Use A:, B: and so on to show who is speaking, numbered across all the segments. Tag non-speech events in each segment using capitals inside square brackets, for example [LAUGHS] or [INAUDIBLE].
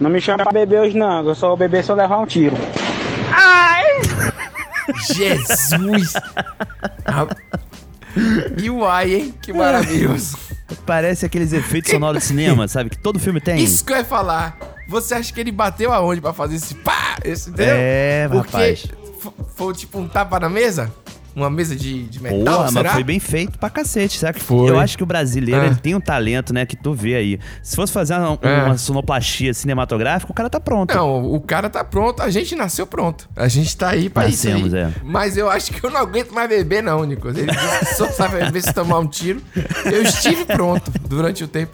A: Não me chama pra beber hoje não, eu só vou beber se eu levar um tiro.
B: Jesus! Ah, E o ai, hein? Que maravilhoso.
C: Parece aqueles efeitos sonoros de cinema, sabe? Que todo filme tem.
B: Isso que eu ia falar. Você acha que ele bateu aonde pra fazer esse pá? Esse, entendeu?
C: É,
B: Porque
C: rapaz.
B: fo- foi tipo um tapa na mesa? Uma mesa de, de metal,
C: Porra,
B: será?
C: mas foi bem feito pra cacete, sabe?
B: Foi.
C: Eu acho que o brasileiro,
B: Ah.
C: ele tem um talento, né, que tu vê aí. Se fosse fazer uma,
B: É.
C: uma sonoplastia cinematográfica, o cara tá pronto.
B: Não, o cara tá pronto, a gente nasceu pronto. A gente tá aí pra
C: Nascemos,
B: isso. aí.
C: é.
B: Mas eu acho que eu não aguento mais beber, não, Nicolas. Ele disse que só sabe beber se tomar um tiro. Eu estive pronto durante o tempo.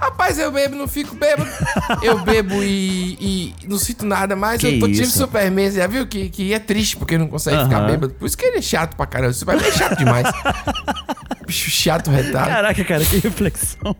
B: Rapaz, eu bebo, não fico bêbado. Eu bebo e, e não sinto nada mais.
C: Que
B: eu tô tipo
C: isso?
B: Superman, já viu? Que, que é triste porque não consegue ficar
C: Aham.
B: bêbado. Por isso que ele é chato pra caramba. O Superman é chato demais. Bicho chato, retado.
C: Caraca, cara, que reflexão.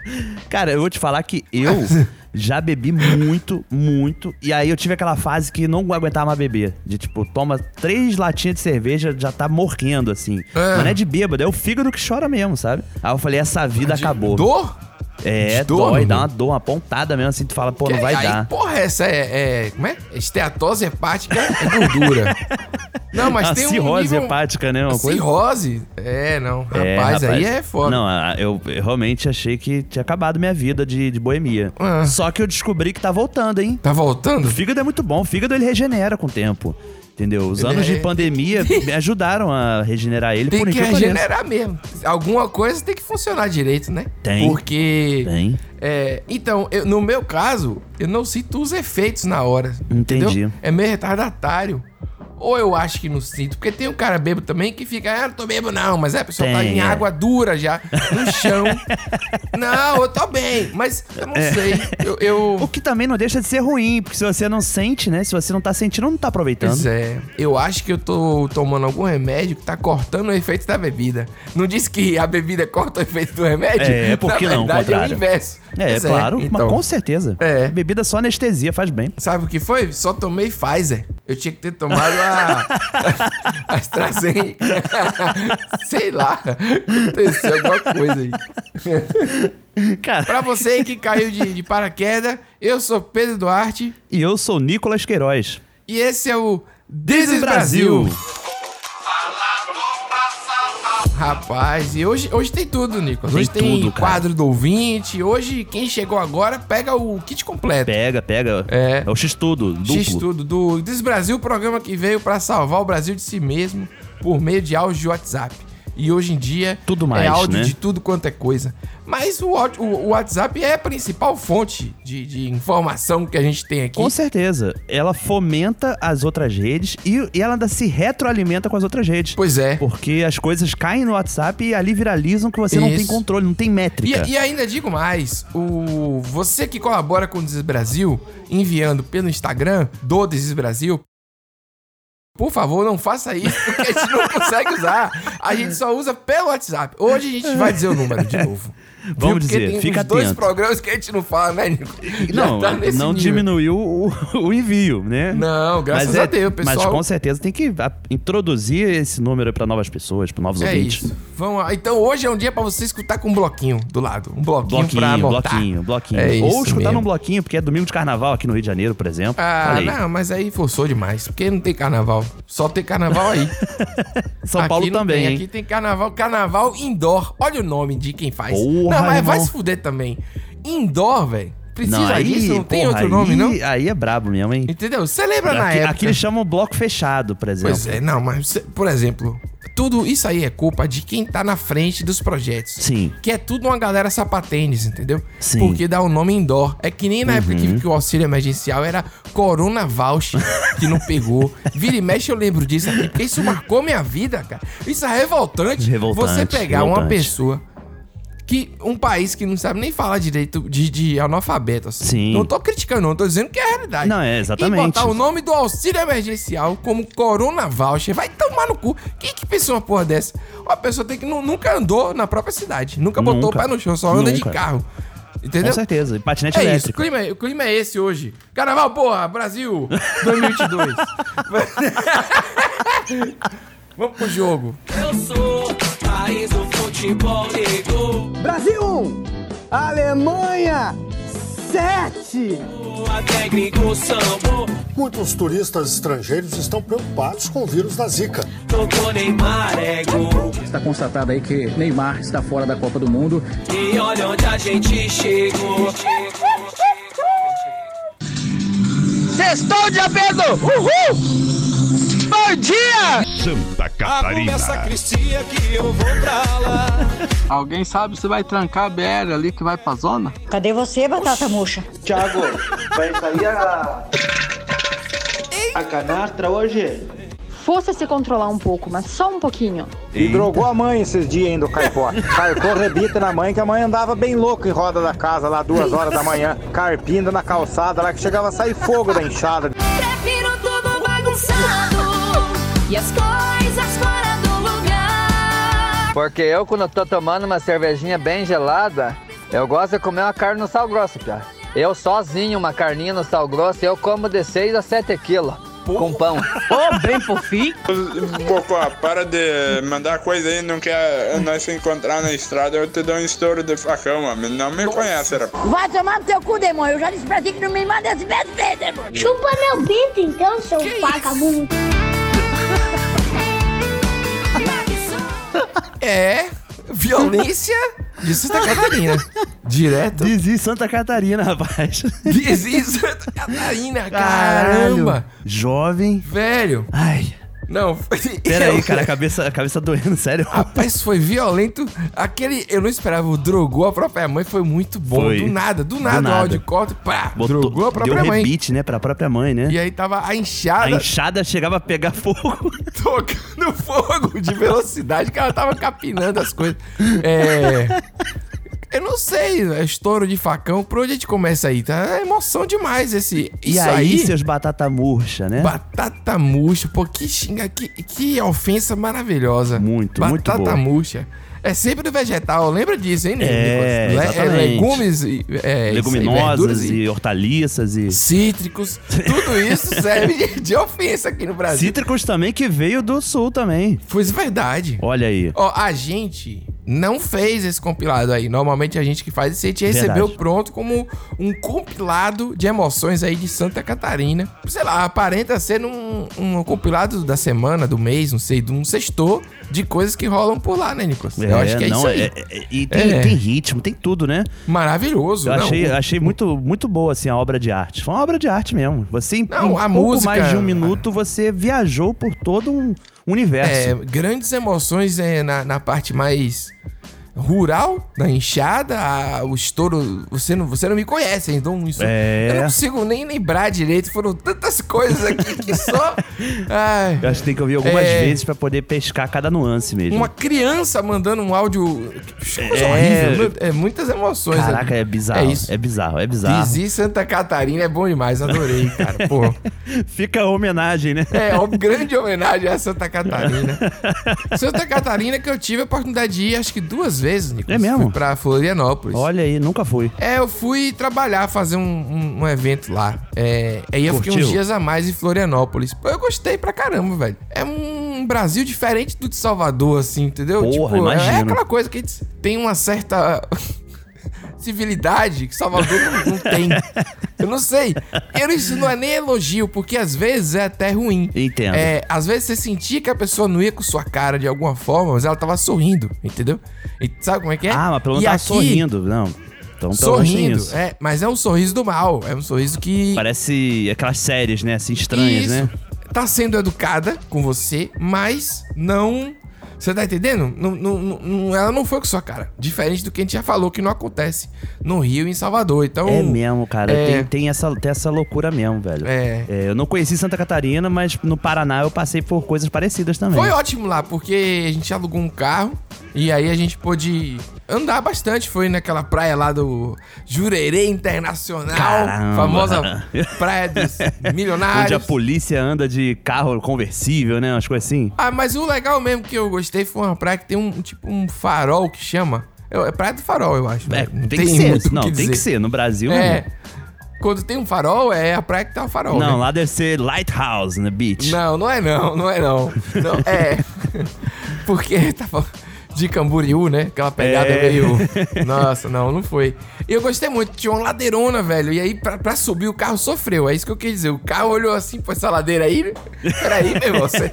C: Cara, eu vou te falar que eu já bebi muito, muito. E aí eu tive aquela fase que não aguentava mais beber. De tipo, toma três latinhas de cerveja, já tá morrendo, assim.
B: Ah.
C: Mas não é de bêbado, é o fígado que chora mesmo, sabe? Aí eu falei, essa vida
B: De
C: acabou.
B: Dor?
C: É,
B: de dor,
C: dói,
B: meu
C: dá
B: irmão?
C: uma dor, uma pontada mesmo, assim, tu fala, pô, não
B: Que-
C: vai
B: aí,
C: dar.
B: Porra, essa é, é- Como é? Esteatose hepática é
C: [LAUGHS]
B: gordura. não, mas
C: a
B: tem um.
C: cirrose
B: nível-
C: hepática, né? Uma coisa.
B: Cirrose? É, não. Rapaz,
C: É,
B: aí é foda.
C: Não, a- eu, eu realmente achei que tinha acabado minha vida de, de boemia.
B: Ah.
C: Só que eu descobri que tá voltando, hein?
B: Tá
C: O
B: voltando?
C: fígado é muito bom, o fígado ele regenera com o tempo. Entendeu? Os anos de
B: [LAUGHS]
C: pandemia me ajudaram a regenerar ele
B: Tem
C: por
B: que
C: incrível que pareça.
B: regenerar mesmo. Alguma coisa tem que funcionar direito, né?
C: Tem.
B: Porque.
C: Tem.
B: É, então, eu- no meu caso, eu não sinto os efeitos na hora.
C: Entendi.
B: entendeu? É meio retardatário. Ou eu acho que não sinto, porque tem um cara bêbado também que fica, ah, não tô bêbado não, mas é, a pessoa tá
C: Tem,
B: em
C: é.
B: água dura já,
C: [LAUGHS]
B: no chão. não, eu tô bem, mas eu não sei. Eu. eu-
C: É. O que também não deixa de ser ruim, porque se você não sente, né? Se você não tá sentindo, não tá aproveitando.
B: Pois é, eu acho que eu tô tomando algum remédio que tá cortando o efeito da bebida. Não diz que a bebida corta o efeito do remédio?
C: É, por que
B: Na
C: não, o
B: verdade, é o
C: contrário?
B: inverso.
C: É,
B: Pois
C: claro,
B: então.
C: mas com certeza.
B: É.
C: Bebida só anestesia, faz
B: [LAUGHS]
C: bem.
B: Sabe o que foi? Só tomei Pfizer. Eu tinha que ter tomado
C: [LAUGHS]
B: a, a AstraZeneca. [LAUGHS] Sei lá. Aconteceu alguma coisa aí.
C: Cara,
B: Pra você que caiu de, de paraquedas, eu sou Pedro Duarte
C: e eu sou Nicolas Queiroz.
B: e esse é o This is Brasil. Rapaz, e hoje, hoje tem tudo, Nicolas. Hoje
C: Tem
B: tem
C: tudo, cara.
B: quadro do ouvinte. Hoje, quem chegou agora, pega o kit completo.
C: Pega, pega.
B: É.
C: o X-Tudo, duplo.
B: X tudo do Desbrasil, programa que veio pra salvar o Brasil de si mesmo por meio de áudio de WhatsApp. E hoje em dia
C: Tudo mais,
B: é áudio
C: né?
B: de tudo quanto é coisa. Mas o, áudio- o- o WhatsApp é a principal fonte de, de informação que a gente tem aqui.
C: Com certeza. Ela fomenta as outras redes e, e ela ainda se retroalimenta com as outras redes.
B: Pois é.
C: Porque as coisas caem no WhatsApp e ali viralizam que você não tem
B: Isso.
C: controle, não tem
B: E,
C: métrica.
B: e ainda digo mais, o você que colabora com o Desis Brasil, enviando pelo Instagram do Desis Brasil, por favor, não faça isso, porque a gente
C: [LAUGHS]
B: não consegue usar. A gente só usa pelo WhatsApp. Hoje a gente vai dizer o número de novo. Viu?
C: Vamos dizer,
B: tem
C: fica
B: uns dois
C: atento.
B: programas que a gente não fala, né, Nico? Já
C: Não,
B: tá nesse
C: não
B: nível.
C: diminuiu o, o envio, né?
B: Não, graças
C: Mas
B: a
C: é-
B: Deus, pessoal.
C: Mas com certeza tem que a- introduzir esse número para novas pessoas, para novos
B: É
C: ouvintes.
B: isso. Vamos lá. Então hoje é um dia pra você escutar com um bloquinho do lado. Um bloquinho, pra
C: Bloquinho,
B: montar.
C: bloquinho, bloquinho.
B: É isso
C: Ou escutar
B: mesmo.
C: num bloquinho, porque é domingo de carnaval aqui no Rio de Janeiro, por exemplo.
B: Ah,
C: Olha aí.
B: não, mas aí forçou demais, porque não tem carnaval. Só tem carnaval aí.
C: [LAUGHS] São
B: Aqui
C: Paulo
B: não
C: também,
B: Tem.
C: hein?
B: Aqui tem carnaval, carnaval indoor. Olha o nome de quem faz.
C: Porra,
B: não, mas vai
C: irmão.
B: se fuder também. Indoor, velho. Precisa
C: aí,
B: disso, não tem
C: porra,
B: outro nome,
C: aí-
B: não?
C: Aí é brabo mesmo, hein?
B: Entendeu? Você lembra na
C: Aqui, é
B: época?
C: aqui eles chamam bloco fechado, por exemplo.
B: Pois é, não, mas, cê- por exemplo, tudo isso aí é culpa de quem tá na frente dos projetos.
C: Sim.
B: Que é tudo uma galera sapatênis, entendeu?
C: Sim. Uhum.
B: Porque dá o nome indoor. É que nem na época que, que o auxílio emergencial era Corona Voucher, que não
C: [LAUGHS]
B: pegou. Vira e mexe, eu lembro disso aqui, porque isso marcou minha vida, cara. Isso é revoltante.
C: Revoltante,
B: Você pegar uma
C: revoltante.
B: pessoa que um país que não sabe nem falar direito de, de analfabeto, assim.
C: Sim.
B: Não tô criticando, não, tô dizendo que é a realidade.
C: Não, é, exatamente.
B: E botar o nome do auxílio emergencial como Corona Voucher. Vai tomar no cu. Quem que pensou uma porra dessa? Uma pessoa tem que nu- nunca andou na própria cidade. Nunca botou
C: Nunca.
B: o pé no chão, só anda de
C: Nunca.
B: carro. Entendeu?
C: Com certeza. E Patinete
B: É isso, o
C: elétrico.
B: clima, é- o clima é esse hoje. Carnaval,
C: [LAUGHS]
B: porra, Brasil 2022. [LAUGHS] Vamos pro jogo.
D: Eu sou país do futebol e gol.
E: Brasil 1, Alemanha 7.
D: até gringo sambou.
E: Muitos turistas estrangeiros estão preocupados com o vírus da Zika.
D: Tocou Neymar, ego.
F: Está constatado aí que Neymar está fora da Copa do Mundo.
D: E olha onde a gente chegou.
G: Sextou de apeso! Uhul! Bom dia!
H: Santa Catarina.
D: Ah, Cristia que eu vou pra lá.
I: Alguém sabe se vai trancar a BR ali que vai pra zona?
J: Cadê você, batata murcha?
G: Thiago, vai sair a. A canastra hoje?
K: Força se controlar um pouco, mas só um pouquinho.
A: E drogou a mãe esses dias ainda, o Caipó. Carcou rebita na mãe, que a mãe andava bem louca em roda da casa lá, duas horas da manhã, carpindo na calçada lá, que chegava a sair fogo da enxada.
K: Prefiro tudo bagunçado e as coisas fora do lugar.
G: Porque eu, quando eu tô tomando uma cervejinha bem gelada, eu gosto de comer uma carne no sal grosso, piá. Eu sozinho, uma carninha no sal grosso, eu como de 6 a 7 quilos. Com
H: [LAUGHS]
G: pão.
J: Ô, bem por fim.
H: Bocó, para de mandar coisa aí, não quer nós se encontrar na estrada, eu te dou um estouro de facão, homem. Não me conhece, rapaz.
J: Vai tomar no teu cu, demônio. Eu já disse pra ti que não me manda esse besteira, demônio.
K: Chupa meu pinto então, seu vagabundo.
B: É violência de Santa Catarina.
C: [LAUGHS]
B: Direto.
C: Dizi Santa Catarina, [LAUGHS] rapaz.
B: Diz isso, Santa Catarina, caramba.
C: Caralho. Jovem.
B: Velho.
C: Ai.
B: Não, [LAUGHS] foi...
C: Pera
B: eu- Ah,
C: aí, cara, a cabeça, a cabeça doendo, [LAUGHS] sério.
B: Rapaz, foi violento. Aquele, eu não esperava, o drogou a própria mãe, foi muito bom.
C: Foi.
B: Do nada, do
C: Do
B: nada, o
C: nada.
B: áudio corta, pá,
C: Botou-
B: drogou a própria
C: deu
B: mãe.
C: rebite, né, pra própria mãe, né?
B: E aí tava a
C: A
B: enxada
C: enxada chegava a pegar fogo.
B: [LAUGHS] tocando fogo de velocidade, que ela tava capinando as coisas. É... Eu não sei, é estouro de facão, por onde a gente começa aí? Tá? É emoção demais esse...
C: E
B: isso
C: aí, seus batata murcha, né?
B: Batata murcha, pô, que xinga, que, que ofensa maravilhosa.
C: Muito, muito
B: Batata
C: boa.
B: murcha. É sempre do vegetal, lembra disso, hein, Nicolas?
C: É,
B: Le-
C: exatamente.
B: legumes e é, isso aí,
C: Leguminosas
B: verduras
C: e, hortaliças e...
B: cítricos, tudo
C: [LAUGHS]
B: isso serve de, de ofensa aqui no Brasil.
C: Cítricos também que veio do sul também.
B: Foi verdade.
C: Olha aí.
B: Ó, a gente não fez esse compilado aí. Normalmente a gente que faz isso, a gente recebeu
C: Verdade.
B: pronto como um compilado de emoções aí de Santa Catarina. Sei lá, aparenta ser um, um compilado da semana, do mês, não sei, de um sextor de coisas que rolam por lá, né, Nicolas? Eu acho que é
C: não,
B: isso aí.
C: é- é- e tem,
B: É.
C: tem ritmo, tem tudo, né?
B: Maravilhoso. né?
C: Eu
B: não.
C: achei, achei muito, muito boa, assim, a obra de arte. Foi uma obra de arte mesmo. Você, em
B: Não,
C: um
B: a
C: pouco
B: música-
C: mais de um minuto, você viajou por todo um universo.
B: É, grandes emoções é, na, na parte mais rural, na enxada, a- o estouro. Você não, você não me conhece, então isso.
C: É.
B: Eu não consigo nem lembrar direito. Foram tantas coisas aqui que só. Ai,
C: Eu acho que tem que ouvir algumas
B: É.
C: vezes pra poder pescar cada nuance mesmo.
B: uma criança mandando um áudio. Que coisa
C: É.
B: horrível. meu- É, muitas emoções.
C: Caraca, é bizarro.
B: É
C: É,
B: isso.
C: bizarro, é bizarro.
B: Dizi Santa Catarina é bom demais, adorei, cara. Pô.
C: [LAUGHS] Fica a homenagem, né?
B: É, uma grande homenagem a
C: [LAUGHS]
B: Santa Catarina. Santa Catarina que eu tive a oportunidade de ir acho que duas vezes, Nicolas.
C: É mesmo?
B: Fui pra Florianópolis.
C: Olha aí, nunca fui.
B: É, eu fui trabalhar, fazer um, um- um evento lá. É, aí eu fiquei uns
C: Curtiu?
B: dias a mais em Florianópolis. Pô, eu gostei pra caramba, velho. É um Brasil diferente do de Salvador, assim, entendeu?
C: Porra,
B: é- é
C: imagino.
B: aquela coisa que a gente tem uma certa [LAUGHS] civilidade que Salvador não, não tem. Eu não sei. Eu, isso não é nem elogio, porque às vezes é até ruim.
C: Entendo.
B: É, às vezes você sentia que a pessoa não ia com sua cara de alguma forma, mas ela tava sorrindo, entendeu? E sabe como é que é?
C: Ah, mas pelo menos
B: E
C: tá
B: aqui-
C: sorrindo. Não. Então, pelo menos tem
B: Sorrindo,
C: isso.
B: é, mas é um sorriso do mal, é um sorriso que
C: Parece aquelas séries, né? Assim, estranhas,
B: Isso.
C: né?
B: tá sendo educada com você, mas não. Você tá entendendo? Não, não- não- não- ela não foi com sua cara. Diferente do que a gente já falou que não acontece no Rio e em Salvador. Então.
C: É mesmo, cara.
B: é.
C: Tem, tem essa, tem essa loucura mesmo, velho.
B: É.
C: eu não conheci Santa Catarina, mas no Paraná eu passei por coisas parecidas também.
B: Foi ótimo lá, porque a gente alugou um carro e aí a gente pôde andar bastante. Foi naquela praia lá do Jurerê Internacional,
C: Caramba.
B: famosa
C: [LAUGHS]
B: praia dos milionários.
C: Onde a polícia anda de carro conversível, né? Umas coisas assim.
B: Ah, mas o legal mesmo que eu gostei foi uma praia que tem um tipo um farol que chama. Eu- É praia do farol, eu acho.
C: É,
B: né?
C: tem,
B: Não
C: que ser.
B: muito o
C: não, tem
B: dizer.
C: que ser. No Brasil,
B: É.
C: né?
B: Quando tem um farol, é a praia que tá o farol.
C: Não,
B: né?
C: lá deve ser Lighthouse né, na beach. [LAUGHS]
B: não, não é não, não é não. Não, é. Porque tá falando. de Camboriú, né? Aquela pegada
C: É.
B: meio. Nossa, não, não foi. E eu gostei muito, tinha uma ladeirona, velho. E aí, pra, pra subir, o carro sofreu. É isso que eu quis dizer. O carro olhou assim, pô, essa ladeira aí. Peraí, meu irmão, você,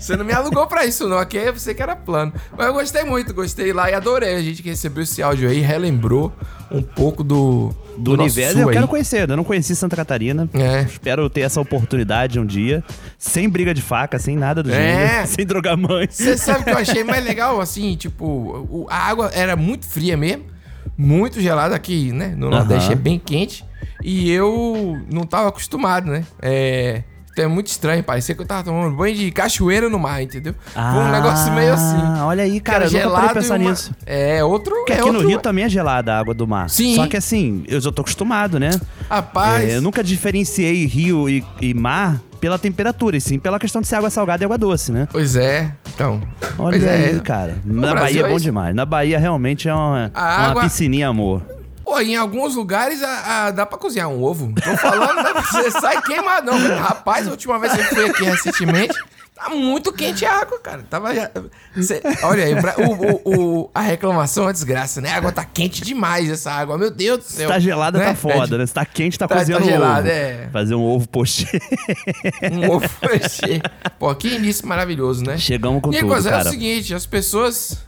B: você não me alugou pra isso, não. Aqui é você que era plano. Mas eu gostei muito, gostei lá e adorei. A gente que recebeu esse áudio aí relembrou um pouco do.
C: do
B: nosso
C: universo.
B: sul
C: Eu quero
B: aí. É.
C: conhecer, eu não conheci Santa Catarina. Espero ter essa oportunidade um dia, sem briga de faca, sem nada do
B: É.
C: gênero, [LAUGHS] sem drogar mãe.
B: Você sabe o que eu achei mais legal, assim, tipo, o- a água era muito fria mesmo, muito gelada aqui, né? No
C: Aham.
B: Nordeste é bem quente. E eu não tava acostumado, né? É. Então é muito estranho, parecia que eu tava tomando banho de cachoeira no mar, entendeu? Foi um negócio meio assim.
C: Ah, Olha aí, cara, eu
B: Que era
C: nunca parei de pensar
B: gelado e uma-
C: nisso.
B: É, outro.
C: Porque
B: é
C: aqui
B: outro...
C: no Rio também é gelada a água do mar.
B: Sim.
C: Só que assim, eu já tô acostumado, né?
B: Rapaz.
C: É, eu nunca diferenciei rio e, e mar pela temperatura, e sim pela questão de ser água salgada e água doce, né?
B: Pois é, então.
C: Olha
B: Pois é.
C: aí, cara.
B: No
C: Na
B: Brasil
C: Bahia é
B: é
C: bom
B: isso.
C: demais. Na Bahia realmente é uma,
B: A
C: uma
B: água-
C: piscininha, amor.
B: Pô, em alguns lugares a- a- dá pra cozinhar um ovo. Tô falando, dá pra- você sai queimado. Não, rapaz, a última vez que eu fui aqui recentemente, tá muito quente a água, cara. Tava já... Cê- Olha aí, pra- o- o- o- a reclamação é uma desgraça, né? A água tá quente demais, essa água. Meu Deus do
C: Se
B: céu.
C: tá gelada, tá foda, né? Se tá quente, tá,
B: Tá- tá
C: cozinhando
B: gelado,
C: ovo.
B: é.
C: Fazer um ovo pochê. [LAUGHS]
B: Um ovo [LAUGHS] pochê. Pô, que início maravilhoso, né?
C: Chegamos com
B: e a
C: tudo,
B: coisa é
C: cara.
B: o seguinte, as pessoas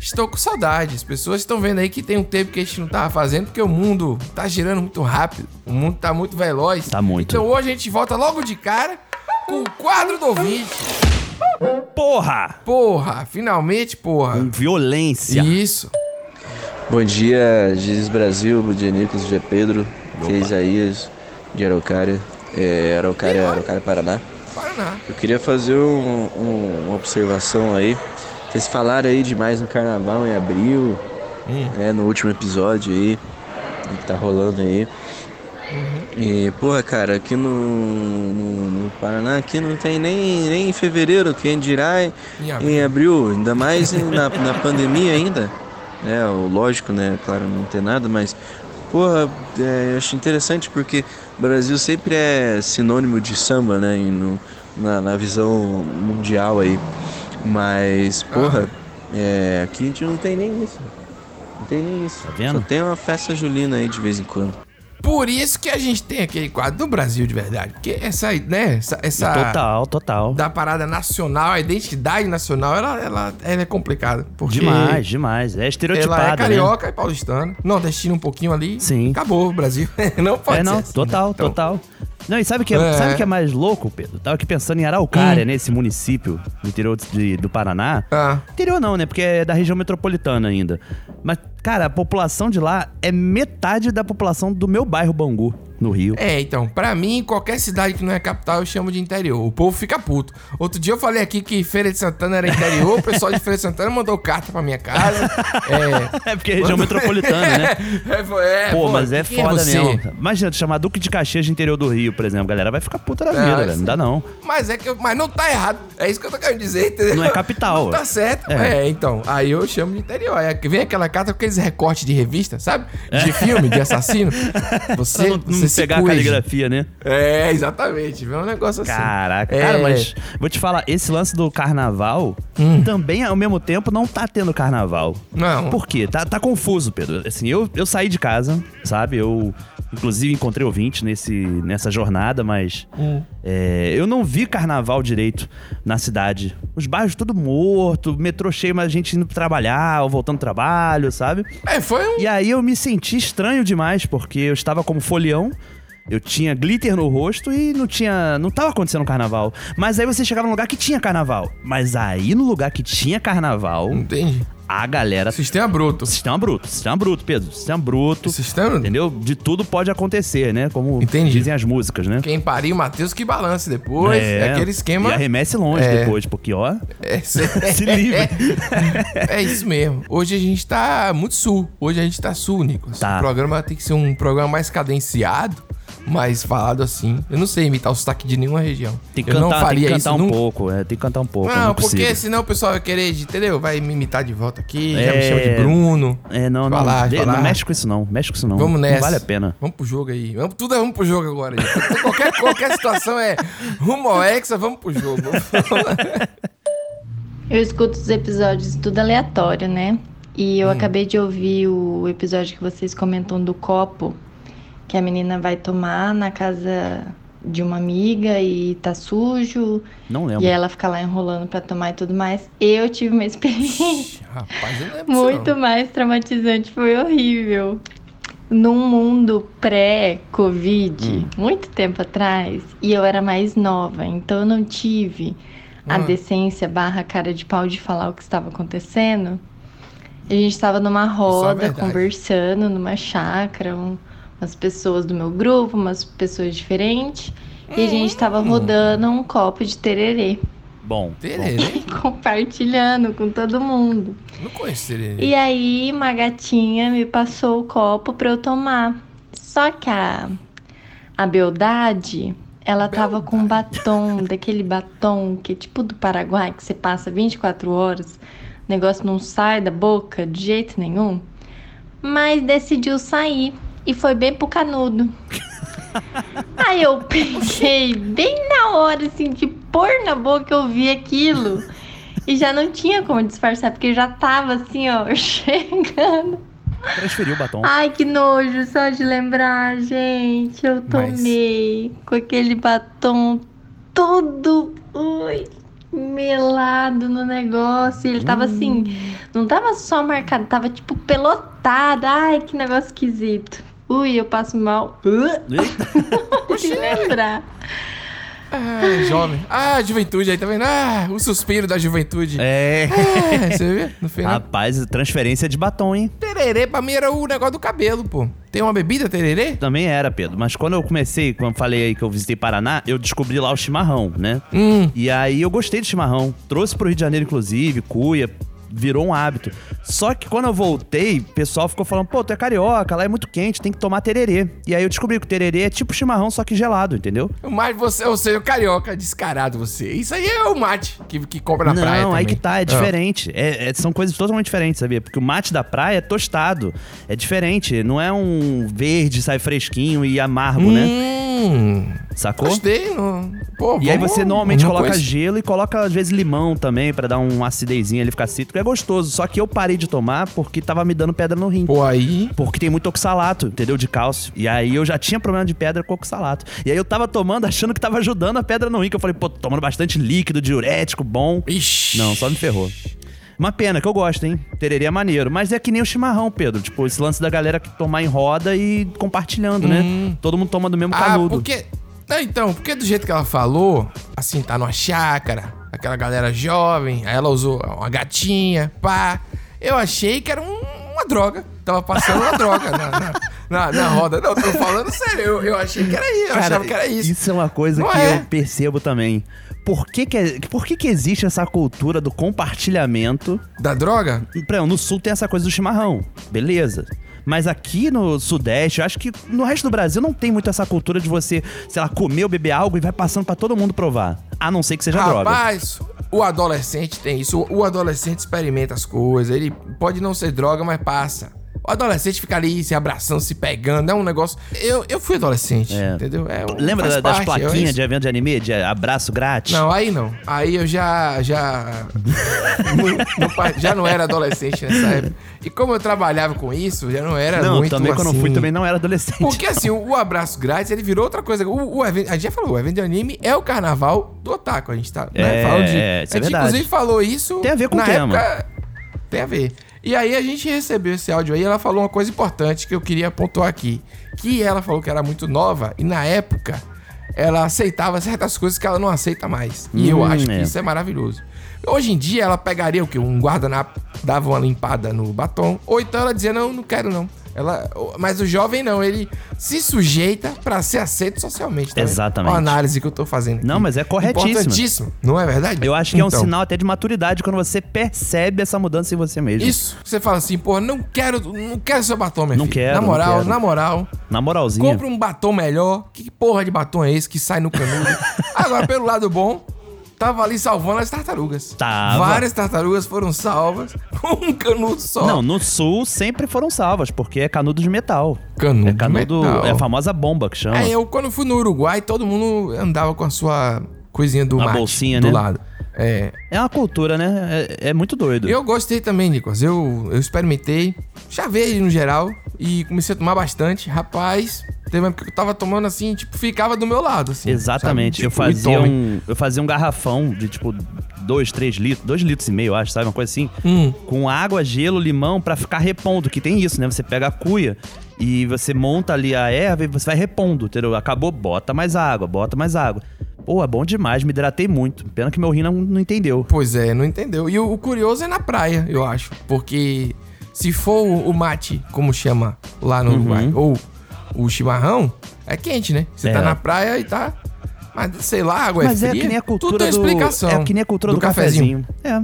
B: estão com saudade. As pessoas estão vendo aí que tem um tempo que a gente não tava fazendo, porque o mundo tá girando muito rápido. O mundo tá muito veloz.
C: Tá muito.
B: Então hoje a gente volta logo de cara com o quadro do ouvinte.
C: Porra!
B: Porra, finalmente, porra.
C: Com violência.
B: Isso.
L: Bom dia, Jesus Brasil, bom dia Nicolas, bom dia Pedro, bom dia Isaías, de Araucária, é, Araucária, Araucária, Paraná.
B: Paraná.
L: Eu queria fazer um- um- uma observação aí. Vocês falaram aí demais no carnaval em abril, né, no último episódio aí, que tá rolando aí. E, porra, cara, aqui no, no- no Paraná, aqui não tem nem, nem em fevereiro, quem dirá em,
B: Em
L: em
B: abril.
L: abril. ainda mais em- na, na pandemia ainda. É, o- lógico, né, claro, não tem nada, mas, porra, é, eu acho interessante porque o Brasil sempre é sinônimo de samba, né, e no- na, na visão mundial aí. Mas, porra, é, aqui a gente não tem nem isso. Não tem nem isso.
C: vendo?
L: Só tem uma festa julina aí de vez em quando.
B: Por isso que a gente tem aquele quadro do Brasil de verdade. Porque essa, né, essa, essa
C: Total, total.
B: da parada nacional, a identidade nacional, ela, ela, ela é complicada. Porque
C: Demais, demais. É estereotipada,
B: Ela é
C: né?
B: carioca e paulistana. Nordestina um pouquinho ali. Sim. Acabou o Brasil. [LAUGHS] não pode
C: é, não,
B: ser assim,
C: total,
B: né? Então,
C: total. Não, e sabe o que, é,
B: É. Hum.
C: sabe o que é mais louco, Pedro? Tava aqui pensando em Araucária, né? Esse município do interior de- do Paraná.
B: ah,
C: Interior não, né? Porque é da região metropolitana ainda. Mas, cara, a população de lá é metade da população do meu bairro Bangu, no Rio.
B: É, então, pra mim, qualquer cidade que não é capital, eu chamo de interior. O povo fica puto. Outro dia eu falei aqui que Feira de Santana era interior, o pessoal de Feira de Santana mandou carta pra
C: [LAUGHS]
B: minha casa. É,
C: porque [LAUGHS] é região metropolitana, né?
B: [LAUGHS] É, foi- é,
C: Pô, mas é
B: quem
C: foda
B: você?
C: mesmo. Imagina, tu chamar Duque de Caxias de interior do Rio, por exemplo. A galera vai ficar puta da
B: Não,
C: vida,
B: isso-
C: velho. Não dá não.
B: Mas é que eu- mas não tá errado. É isso que eu tô querendo dizer, entendeu?
C: Não é capital.
B: Não tá certo.
C: É.
B: É. então. Aí eu chamo de interior. Aí vem aquela carta com aqueles recortes de revista, sabe? De filme, de assassino.
C: [LAUGHS]
B: Você,
C: Pra não,
B: você
C: não
B: se
C: pegar a
B: cuide.
C: caligrafia, né?
B: É, exatamente. É um negócio assim.
C: Caraca,
B: É.
C: cara, mas vou te falar, esse lance do carnaval
B: Hum.
C: também, ao mesmo tempo, não tá tendo carnaval.
B: Não.
C: Por quê? Tá, tá confuso, Pedro. Assim, eu, eu saí de casa, sabe? Eu, inclusive, encontrei ouvinte nesse, nessa jornada, mas
B: Hum.
C: é, eu não vi carnaval direito na cidade. Os bairros tudo morto, metrô cheio, mas a gente indo trabalhar ou voltando do trabalho, sabe?
B: É, foi um...
C: E aí eu me senti estranho demais, porque eu estava como folião. Eu tinha glitter no rosto e não tinha. não tava acontecendo um carnaval. Mas aí você chegava num lugar que tinha carnaval. Mas aí no lugar que tinha carnaval.
B: Entendi.
C: A galera.
B: Sistema bruto.
C: Sistema bruto. Sistema bruto, Pedro. Sistema bruto.
B: Sistema.
C: Entendeu? De tudo pode acontecer, né? Como dizem as músicas, né?
B: Quem pariu, Matheus, que balance depois. É, aquele esquema.
C: E arremesse longe
B: É.
C: depois, porque ó.
B: [LAUGHS] É, cê-
C: [LAUGHS] Se livre.
B: É isso mesmo. Hoje a gente tá muito sul. Hoje a gente tá sul, Nicolas. O programa tem que ser um programa mais cadenciado, mais falado assim. Eu não sei imitar o sotaque de nenhuma região.
C: Tem que
B: Eu
C: cantar,
B: não faria
C: tem que
B: isso
C: cantar um
B: nunca.
C: pouco. É, tem que cantar um pouco. eu
B: Não,
C: não
B: porque
C: consigo.
B: senão o pessoal vai querer, entendeu? Vai me imitar de volta aqui, já me chama de Bruno.
C: É, não, não.
B: Falar,
C: De-
B: falar.
C: Não mexe com isso, não. Mexe com isso, não.
B: Vamos nessa.
C: Não vale a pena.
B: Vamos pro jogo aí. Vamos, tudo é vamos pro jogo agora. gente. Então, qualquer, qualquer situação é rumo ao Hexa, vamos pro jogo.
M: Eu escuto os episódios tudo aleatório, né? E eu acabei de ouvir o episódio que vocês comentam do copo, que a menina vai tomar na casa de uma amiga e tá sujo.
C: Não
M: E ela fica lá enrolando pra tomar e tudo mais. Eu tive uma [LAUGHS] experiência
B: Rapaz, eu não lembro disso,
M: muito mais traumatizante, foi horrível. Num mundo
K: Hum.
M: pré-Covid, muito tempo atrás, e eu era mais nova, então eu não tive a
K: Hum.
M: decência barra cara de pau de falar o que estava acontecendo. A gente estava numa
B: é
M: roda
K: verdade.
M: conversando, numa chácara, um- umas pessoas do meu grupo, umas pessoas diferentes, e a gente estava
K: Hum.
M: rodando um copo de tererê, [LAUGHS]
C: Bom.
B: Tererê?
M: compartilhando com todo mundo.
B: Não conheço tererê.
M: E aí, uma gatinha me passou o copo pra eu tomar. Só que a, a Beldade, ela tava com um batom, daquele batom que é tipo do Paraguai, que você passa 24 horas, o negócio não sai da boca de jeito nenhum. Mas decidiu sair e foi bem pro canudo. Aí eu peguei bem na hora, assim, de pôr na boca eu vi aquilo. E já não tinha como disfarçar, porque já tava assim, ó, [LAUGHS] chegando.
C: Transferiu o
B: Ah.
C: batom.
M: Ai, que nojo, só de lembrar, gente. Eu
C: Mas-
M: tomei com aquele batom todo ui, melado no negócio. Ele tava assim, não tava só marcado, tava tipo pelotado. Ai, que negócio esquisito. Ui, eu passo mal. [LAUGHS]
B: [LAUGHS]
M: de lembrar.
B: Ah, jovem. Ah, juventude aí, tá vendo? Ah, o suspiro da juventude.
C: É.
B: você vê? No final.
C: Rapaz, transferência de batom, hein?
B: Tererê pra mim era o negócio do cabelo, pô. Tem uma bebida tererê?
C: Também era, Pedro. Mas quando eu comecei, quando eu falei aí que eu visitei Paraná, eu descobri lá o chimarrão, né? E aí eu gostei de chimarrão. Trouxe pro Rio de Janeiro, inclusive, cuia. Virou um hábito. Só que quando eu voltei, o pessoal ficou falando: pô, tu é carioca, lá é muito quente, tem que tomar tererê. E aí eu descobri que o tererê é tipo chimarrão, só que gelado, entendeu?
B: Mas você, ou seja, o carioca descarado você. Isso aí é o mate que, que compra na
C: não,
B: praia também.
C: aí que tá,
B: Ah.
C: é diferente. É- é- são coisas totalmente diferentes, sabia? Porque o mate da praia é tostado. É diferente. Não é um verde, sai fresquinho e amargo, né?
B: Hum. né?
C: Sacou?
B: Gostei, não. Pô,
C: e aí
B: vamos-
C: você normalmente
B: não
C: coloca
B: conheço.
C: gelo e coloca, às vezes, limão também, pra dar um acidezinho ele ficar cítrico. É gostoso. Só que eu parei de tomar porque tava me dando pedra no rim.
B: Pô, aí.
C: Porque tem muito oxalato, entendeu? De cálcio. E aí eu já tinha problema de pedra com oxalato. E aí eu tava tomando, achando que tava ajudando a pedra no rim. Que eu falei, pô, tô tomando bastante líquido, diurético, bom.
B: Ixi.
C: Não, só me ferrou. Uma pena que eu gosto, hein? Tererê é maneiro. Mas é que nem o chimarrão, Pedro. Tipo, esse lance da galera que tomar em roda e compartilhando, né? Todo mundo toma do mesmo
B: Uhum. Ah,
C: canudo.
B: porque. Não, então, porque do jeito que ela falou, assim, tá numa chácara, aquela galera jovem, aí ela usou uma gatinha, pá. Eu achei que era um- uma droga. Tava passando uma droga na, na, na- na roda. Não, tô falando sério, eu, eu achei que era isso. Eu achava que era isso.
C: é uma coisa
B: Não
C: que
B: é?
C: eu percebo também. Por que que, é- por que que existe essa cultura do compartilhamento?
B: Da droga?
C: no sul tem essa coisa do chimarrão, beleza. Mas aqui no Sudeste, eu acho que no resto do Brasil não tem muito essa cultura de você, sei lá, comer ou beber algo e vai passando pra todo mundo provar. A não ser que seja droga.
B: Rapaz, o adolescente tem isso. O adolescente experimenta as coisas. Ele pode não ser droga, mas passa. O adolescente fica ali se abraçando, se pegando. É um negócio. Eu, eu fui adolescente, entendeu? É,
C: Lembra
B: faz
C: da- das
B: parte, eu-
C: plaquinhas
B: isso-
C: de evento de anime, de abraço grátis?
B: Não, aí não. Aí eu já.
C: [LAUGHS]
B: Já, não- não pa- já não era adolescente nessa época. E como eu trabalhava com isso, já não era
C: Não,
B: muito.
C: também quando eu fui,
B: assim-
C: também não era adolescente.
B: Porque assim, o o abraço grátis, ele virou outra coisa. O, o evento, a gente já falou, o evento de anime é o carnaval do otaku. A gente tá né,
C: É,
B: falando de.
C: é, isso
B: a
C: é
B: gente,
C: verdade.
B: inclusive, falou isso.
C: Tem a ver com o tema.
B: tem a ver. E aí a gente recebeu esse áudio aí, ela falou uma coisa importante que eu queria pontuar aqui. Que ela falou que era muito nova e na época ela aceitava certas coisas que ela não aceita mais. E eu
C: Hum,
B: acho que
C: é.
B: isso é maravilhoso. Hoje em dia ela pegaria o quê? Um guardanapo, dava uma limpada no batom, ou então ela dizia não, não quero não. Ela, mas o jovem não, ele se sujeita pra ser aceito socialmente. tá vendo?
C: Exatamente.
B: Uma análise que eu tô fazendo.
C: Não, mas é corretíssimo.
B: Importantíssimo, não é verdade?
C: Eu acho que é
B: Então.
C: um sinal até de maturidade quando você percebe essa mudança em você mesmo.
B: Isso. Você fala assim, pô, não quero, não quero seu batom, meu
C: Não
B: filho.
C: quero,
B: Na
C: não
B: moral,
C: quero.
B: na moral.
C: Na moralzinha.
B: Compra um batom melhor. Que porra de batom é esse que sai no
C: [LAUGHS]
B: canudo? Agora, pelo lado bom, tava ali salvando as tartarugas.
C: Tava.
B: Várias tartarugas foram salvas com um canudo só.
C: Não, no sul sempre foram salvas, porque é canudo de metal.
B: Canudo
C: é canudo,
B: metal.
C: É a famosa bomba que
B: É,
C: chama.
B: Aí eu, quando fui no Uruguai, todo mundo andava com a sua coisinha do
C: Uma
B: mate
C: bolsinha,
B: do
C: né?
B: lado. É.
C: É uma cultura, né? É, é muito doido.
B: Eu gostei também, Nicolas. Eu, eu experimentei, chavei no geral e comecei a tomar bastante. Rapaz, teve uma época que eu tava tomando assim, tipo, ficava do meu lado, assim.
C: Exatamente.
B: sabe?
C: eu,
B: Tipo, me
C: fazia
B: tome.
C: um, eu fazia um garrafão de tipo 2, 3 litros, 2 litros e meio, eu acho, sabe? Uma coisa assim.
B: Hum,
C: Com água, gelo, limão, pra ficar repondo, que tem isso, né? Você pega a cuia e você monta ali a erva e você vai repondo, entendeu? Acabou, bota mais água, bota mais água. Pô, é bom demais, me hidratei muito. Pena que meu rim não, não entendeu.
B: Pois é, não entendeu. E o, o curioso é na praia, eu acho. Porque se for o o mate, como chama lá no
C: Uhum.
B: Uruguai, ou o chimarrão, é quente, né? Você tá
C: É.
B: na praia e tá. Mas sei lá, água
C: Mas
B: é
C: é
B: fria.
C: que nem a
B: Tudo
C: cultura
B: tem
C: do-
B: explicação.
C: é que nem a cultura do É,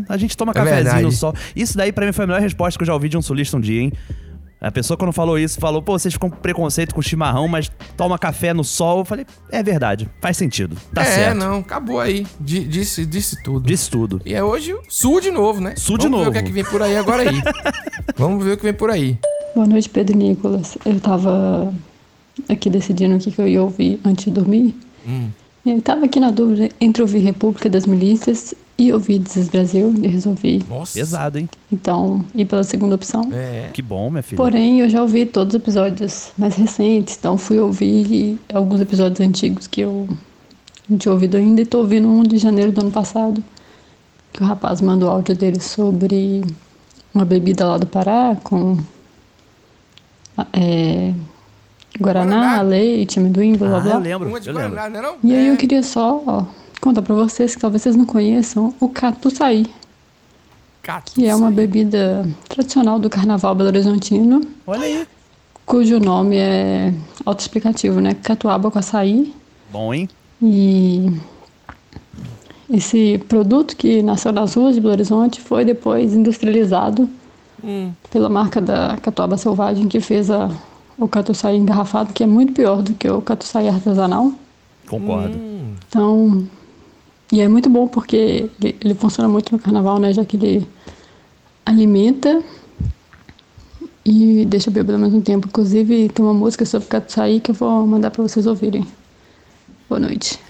C: a gente toma
B: É
C: cafezinho
B: verdade.
C: no sol. Isso daí pra mim foi a melhor resposta que eu já ouvi de um sulista um dia, hein? A pessoa quando falou isso, falou, pô, vocês ficam com preconceito com chimarrão, mas toma café no sol. Eu falei, é verdade, faz sentido, tá
B: é,
C: certo.
B: não, acabou aí. Di- Disse, disse tudo.
C: Disse tudo.
B: E é hoje o sul de novo, né?
C: Sul de
B: Vamos ver
C: novo.
B: o que é que vem por aí agora
C: [LAUGHS]
B: aí. Vamos ver o que vem por aí.
N: Boa noite, Pedro e Nicolas. Eu tava aqui decidindo o que, que eu ia ouvir antes de dormir. E eu tava aqui na dúvida entre ouvir República das Milícias e ouvir Desis Brasil. E resolvi.
C: Pesado, hein?
N: Então, ir pela segunda opção.
B: É.
C: Que bom, minha filha.
N: Porém, eu já ouvi todos os episódios mais recentes, então fui ouvir alguns episódios antigos que eu não tinha ouvido ainda e tô ouvindo um de janeiro do ano passado, que o rapaz mandou o áudio dele sobre uma bebida lá do Pará com é, Guaraná, leite, amendoim,
C: Ah,
N: blá blá blá.
B: Uma de Guaraná, né, não?
N: E aí eu queria só ó, contar pra vocês que talvez vocês não conheçam o catuçaí, que é uma bebida tradicional do carnaval belo-horizontino.
C: Olha aí.
N: Cujo nome é autoexplicativo, né? Catuaba com açaí.
C: Bom, hein?
N: E esse produto que nasceu nas ruas de Belo Horizonte foi depois industrializado
C: Hum.
N: pela marca da Catuaba Selvagem, que fez a, o catuçaí engarrafado, que é muito pior do que o catuçaí artesanal.
C: Concordo.
B: Hum.
N: Então, e é muito bom porque ele, ele funciona muito no carnaval, né? Já que ele alimenta e deixa bêbado ao mesmo tempo. Inclusive, tem uma música sobre catuçaí que eu vou mandar pra vocês ouvirem. Boa noite.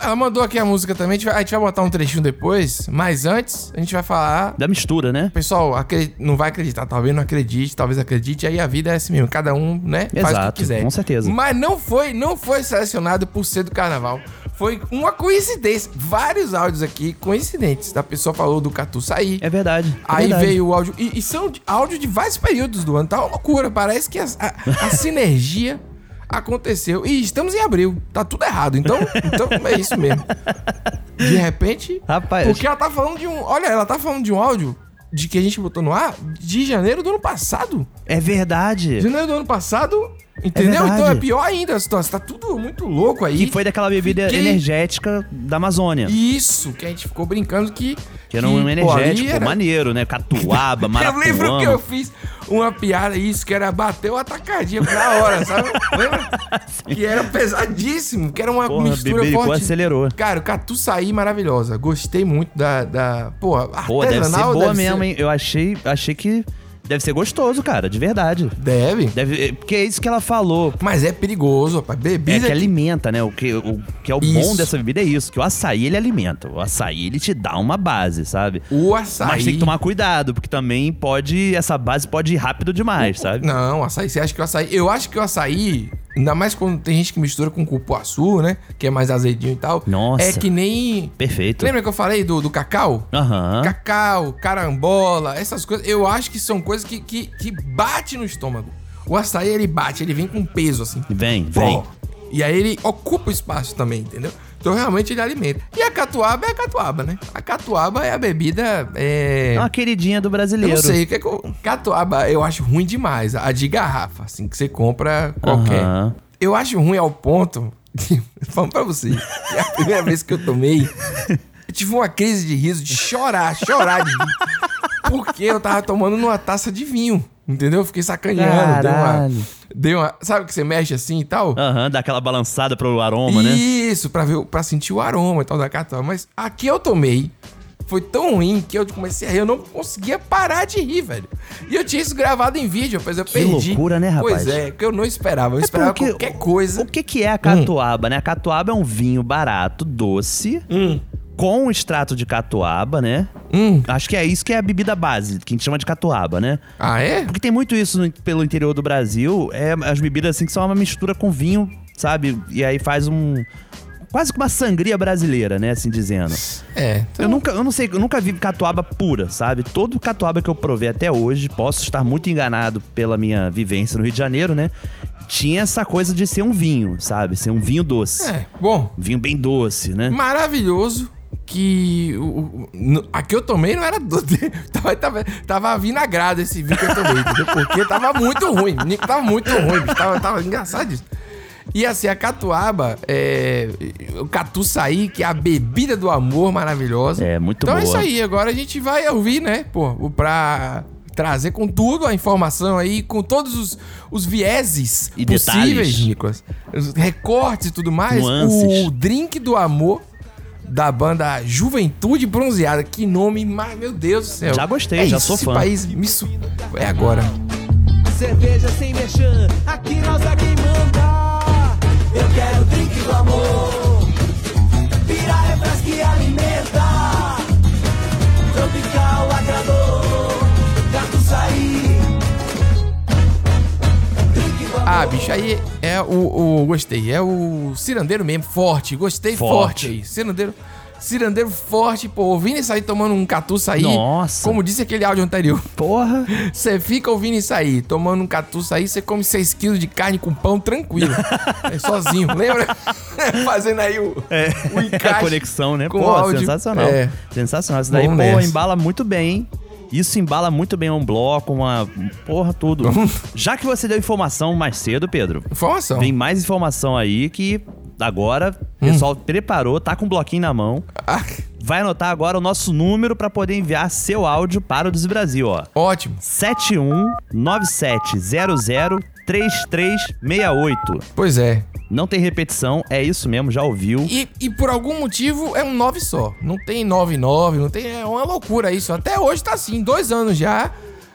B: Ela mandou aqui a música também, a gente vai, a gente vai botar um trechinho depois, mas antes a gente vai falar.
C: Da mistura, né?
B: Pessoal, acre- não vai acreditar, talvez não acredite, talvez acredite, aí a vida é assim mesmo, cada um, né, faz o que
C: Exato,
B: quiser.
C: com certeza.
B: Mas não foi, não foi selecionado por ser do carnaval. Foi uma coincidência. Vários áudios aqui coincidentes. A pessoa falou do Catu sair.
C: É verdade.
B: Aí
C: verdade.
B: veio o áudio. E, e são de- áudio de vários períodos do ano. Tá uma loucura. Parece que a, a- [LAUGHS] a sinergia aconteceu. E estamos em abril. Tá tudo errado. Então, então é isso mesmo. De repente.
C: Rapaz.
B: Porque ela tá falando de um. Olha, ela tá falando de um áudio de que a gente botou no ar de janeiro do ano passado.
C: É verdade.
B: Janeiro do ano passado. Entendeu?
C: verdade.
B: então é pior ainda a situação. Tá tudo muito louco aí.
C: Que foi daquela bebida
B: Fiquei-
C: energética da Amazônia.
B: Isso, que a gente ficou brincando que.
C: Que era um
B: pô, ali
C: energético
B: era-
C: maneiro, né?
B: [LAUGHS]
C: Catuaba,
B: Eu
C: maracujá.
B: lembro que eu fiz uma piada, isso, que era bater o atacadinho na
C: [LAUGHS]
B: hora, sabe? Lembra? que era pesadíssimo, que era uma
C: Porra,
B: mistura
C: bebericou
B: forte.
C: acelerou.
B: Cara, o Catu saí maravilhosa. Gostei muito da. da porra,
C: Pô, deve ser
B: artesanal
C: boa mesmo, hein? Eu achei, achei que deve ser gostoso, cara, de verdade.
B: Deve.
C: deve é, porque é isso que ela falou.
B: Mas é perigoso, rapaz.
C: É
B: Bebida.
C: que alimenta, né? O que, o que é o bom
B: Isso.
C: dessa bebida é isso, que o açaí ele alimenta. O açaí ele te dá uma base, sabe?
B: O açaí.
C: Mas tem que tomar cuidado, porque também pode. Essa base pode ir rápido demais, sabe?
B: Não, açaí. Você acha que o açaí. Eu acho que o açaí, ainda mais quando tem gente que mistura com cupuaçu, né? Que é mais azedinho e tal.
C: Nossa.
B: É que nem.
C: Perfeito.
B: Lembra que eu falei do, do cacau?
C: Aham.
B: Cacau, carambola, essas coisas. Eu acho que são coisas que, que, que bate no estômago. O açaí, ele bate, ele vem com peso, assim.
C: Vem,
B: Pô.
C: vem.
B: E aí ele ocupa o espaço também, entendeu? Então realmente ele alimenta. E a catuaba é a catuaba, né? A catuaba é a bebida. É,
C: É uma queridinha do
B: eu
C: brasileiro.
B: não sei, o que é que eu... Catuaba eu acho ruim demais. A de garrafa, assim, que você compra qualquer.
C: Aham.
B: Eu acho ruim ao ponto. [LAUGHS] de- Falando pra você, que é a primeira vez que eu tomei, eu tive uma crise de riso, de chorar, chorar de rir. Porque eu tava tomando numa taça de vinho. Entendeu? Eu fiquei sacaneando. Deu uma,
C: Caralho.
B: deu uma. Sabe que você mexe assim e tal?
C: Aham, dá aquela balançada pro aroma, né?
B: Isso, pra, ver, o- pra sentir o aroma e tal da catuaba. Mas a que eu tomei foi tão ruim que eu comecei a rir, eu não conseguia parar de rir, velho. E eu tinha isso gravado em vídeo, mas eu
C: Que
B: perdi.
C: loucura, né, rapaz?
B: Pois é, que eu não esperava. Eu esperava
C: porque-
B: qualquer coisa.
C: O que, que é a catuaba, né? A catuaba é um vinho barato, doce, com extrato de catuaba, né?
B: Hum,
C: Acho que é isso que é a bebida base, que a gente chama de catuaba, né?
B: Ah, é?
C: Porque tem muito isso no- pelo interior do Brasil. É as bebidas assim que são uma mistura com vinho, sabe? E aí faz um. Quase que uma sangria brasileira, né? Assim dizendo.
B: É.
C: Eu nunca, eu não sei, eu nunca vi catuaba pura, sabe? Todo catuaba que eu provei até hoje, posso estar muito enganado pela minha vivência no Rio de Janeiro, né? Tinha essa coisa de ser um vinho, sabe? Ser um vinho doce. Um
B: É, bom.
C: Vinho bem doce, né?
B: Maravilhoso. Que o- o- no- a que eu tomei não era doce. [LAUGHS] Tava, tava, tava vinagrado esse vinho que eu tomei, entendeu? Porque tava muito ruim. Nico, Tava muito ruim, bicho. Tava, tava engraçado isso. E assim, a catuaba, é, o catuçaí, que é a bebida do amor maravilhosa.
C: É, muito
B: então
C: boa.
B: é isso aí, agora a gente vai ouvir, né, pô, o- pra trazer com tudo a informação aí, com todos os, os vieses
C: E
B: possíveis,
C: detalhes.
B: Nicolas. Os recortes e tudo mais.
C: Nuances.
B: O Drink do Amor da banda Juventude Bronzeada. Que nome, mas, meu Deus do céu.
C: Já gostei,
B: É
C: já
B: isso,
C: sou fã.
B: Esse país me su- É agora.
D: Cerveja sem mexer, aqui nós é quem manda. Eu quero drink do amor. Pirar é faz que alimenta. Tropical agradou. Gato sair.
B: Ah, bicho, aí é o, o- Gostei. É o cirandeiro mesmo, forte. Gostei forte,
C: Forte.
B: aí. Cirandeiro. Cirandeiro forte, pô, ouvindo isso aí, tomando um catuça aí.
C: Nossa.
B: Como disse aquele áudio anterior.
C: Porra.
B: Você fica ouvindo isso aí, tomando um catuça aí, você come 6 quilos de carne com
C: [LAUGHS]
B: pão tranquilo. É, sozinho, lembra? Fazendo aí o, o
C: [LAUGHS] É a
B: Um encaixe.
C: conexão, né?
B: com
C: Pô,
B: áudio.
C: sensacional.
B: É.
C: Sensacional. Isso daí, pô,
B: Bom nessa.
C: embala muito bem, hein? Isso embala muito bem um bloco, uma. Porra, tudo. Já que você deu informação mais cedo, Pedro.
B: Informação.
C: Vem mais informação aí que agora o
B: Hum.
C: pessoal preparou, tá com um bloquinho na mão.
B: Ah,
C: Vai anotar agora o nosso número pra poder enviar seu áudio para o Desbrasil, ó.
B: Ótimo.
C: 7197003368.
B: Pois é.
C: Não tem repetição, é isso mesmo, já ouviu.
B: E, e por algum motivo é um 9 só. Não tem 9-9, não tem. É uma loucura isso. Até hoje tá assim, dois anos já.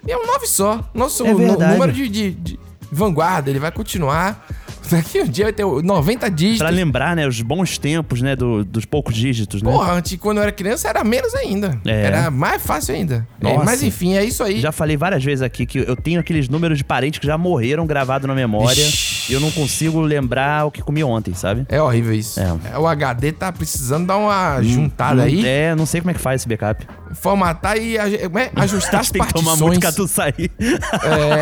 B: E é um 9 só. Nosso
C: É
B: nu-
C: verdade.
B: número de, de- de vanguarda, ele vai continuar. Daqui um dia vai ter o 90 dígitos.
C: Pra lembrar, né, os bons tempos, né, do- dos poucos dígitos, né?
B: Porra, antes, quando eu era criança era menos ainda.
C: É.
B: Era mais fácil ainda. É,
C: Nossa.
B: mas enfim, é isso aí.
C: Já falei várias vezes aqui que eu tenho aqueles números de parentes que já morreram gravados na memória e eu não consigo lembrar o que comi ontem, sabe?
B: É horrível isso.
C: É.
B: É, O HD tá precisando dar uma juntada
C: Não-
B: aí.
C: É, não sei como é que faz esse backup.
B: Formatar e aj- como é? ajustar
C: [LAUGHS]
B: as
C: Tem que
B: partições.
C: tomar muito catu sair.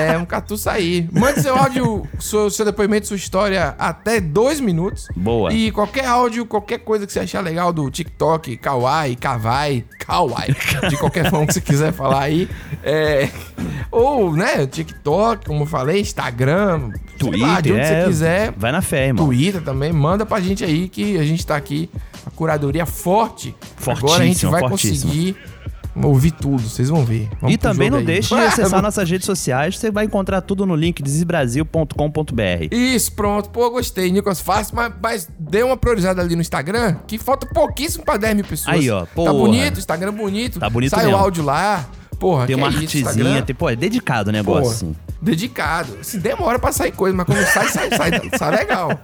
B: É, um catu sair. Mande seu áudio, seu, seu depoimento, sua história até dois minutos.
C: Boa.
B: E qualquer áudio, qualquer coisa que você achar legal do TikTok, Kawaii, Kawai, Kawaii, de qualquer forma que você quiser falar aí. É, ou, né, TikTok, como eu falei, Instagram, sei
C: Twitter,
B: lá, de onde
C: é,
B: você quiser.
C: Vai na fé, irmão.
B: Twitter também, manda pra gente aí que a gente tá aqui, a curadoria forte. Agora a gente
C: Fortíssima,
B: vai
C: fortíssima.
B: conseguir ouvir tudo, vocês vão ver. Vamos
C: E
B: pro
C: também
B: jogo
C: não
B: aí.
C: deixe
B: [LAUGHS]
C: de acessar nossas redes sociais, você vai encontrar tudo no link desbrasil.com.br.
B: Isso, pronto. Pô, gostei, Nicolas. Fácil, mas, mas dê uma priorizada ali no Instagram, que falta pouquíssimo pra 10 mil pessoas.
C: Aí, ó,
B: Tá
C: porra.
B: bonito, Instagram bonito.
C: Tá bonito
B: Sai
C: mesmo.
B: o áudio lá. Porra,
C: Tem
B: que
C: uma
B: é isso,
C: artezinha,
B: Instagram.
C: tem, pô, é dedicado o
B: Pô,
C: negócio. assim.
B: dedicado. Se demora pra sair coisa, mas quando sai, sai, sai, sai legal.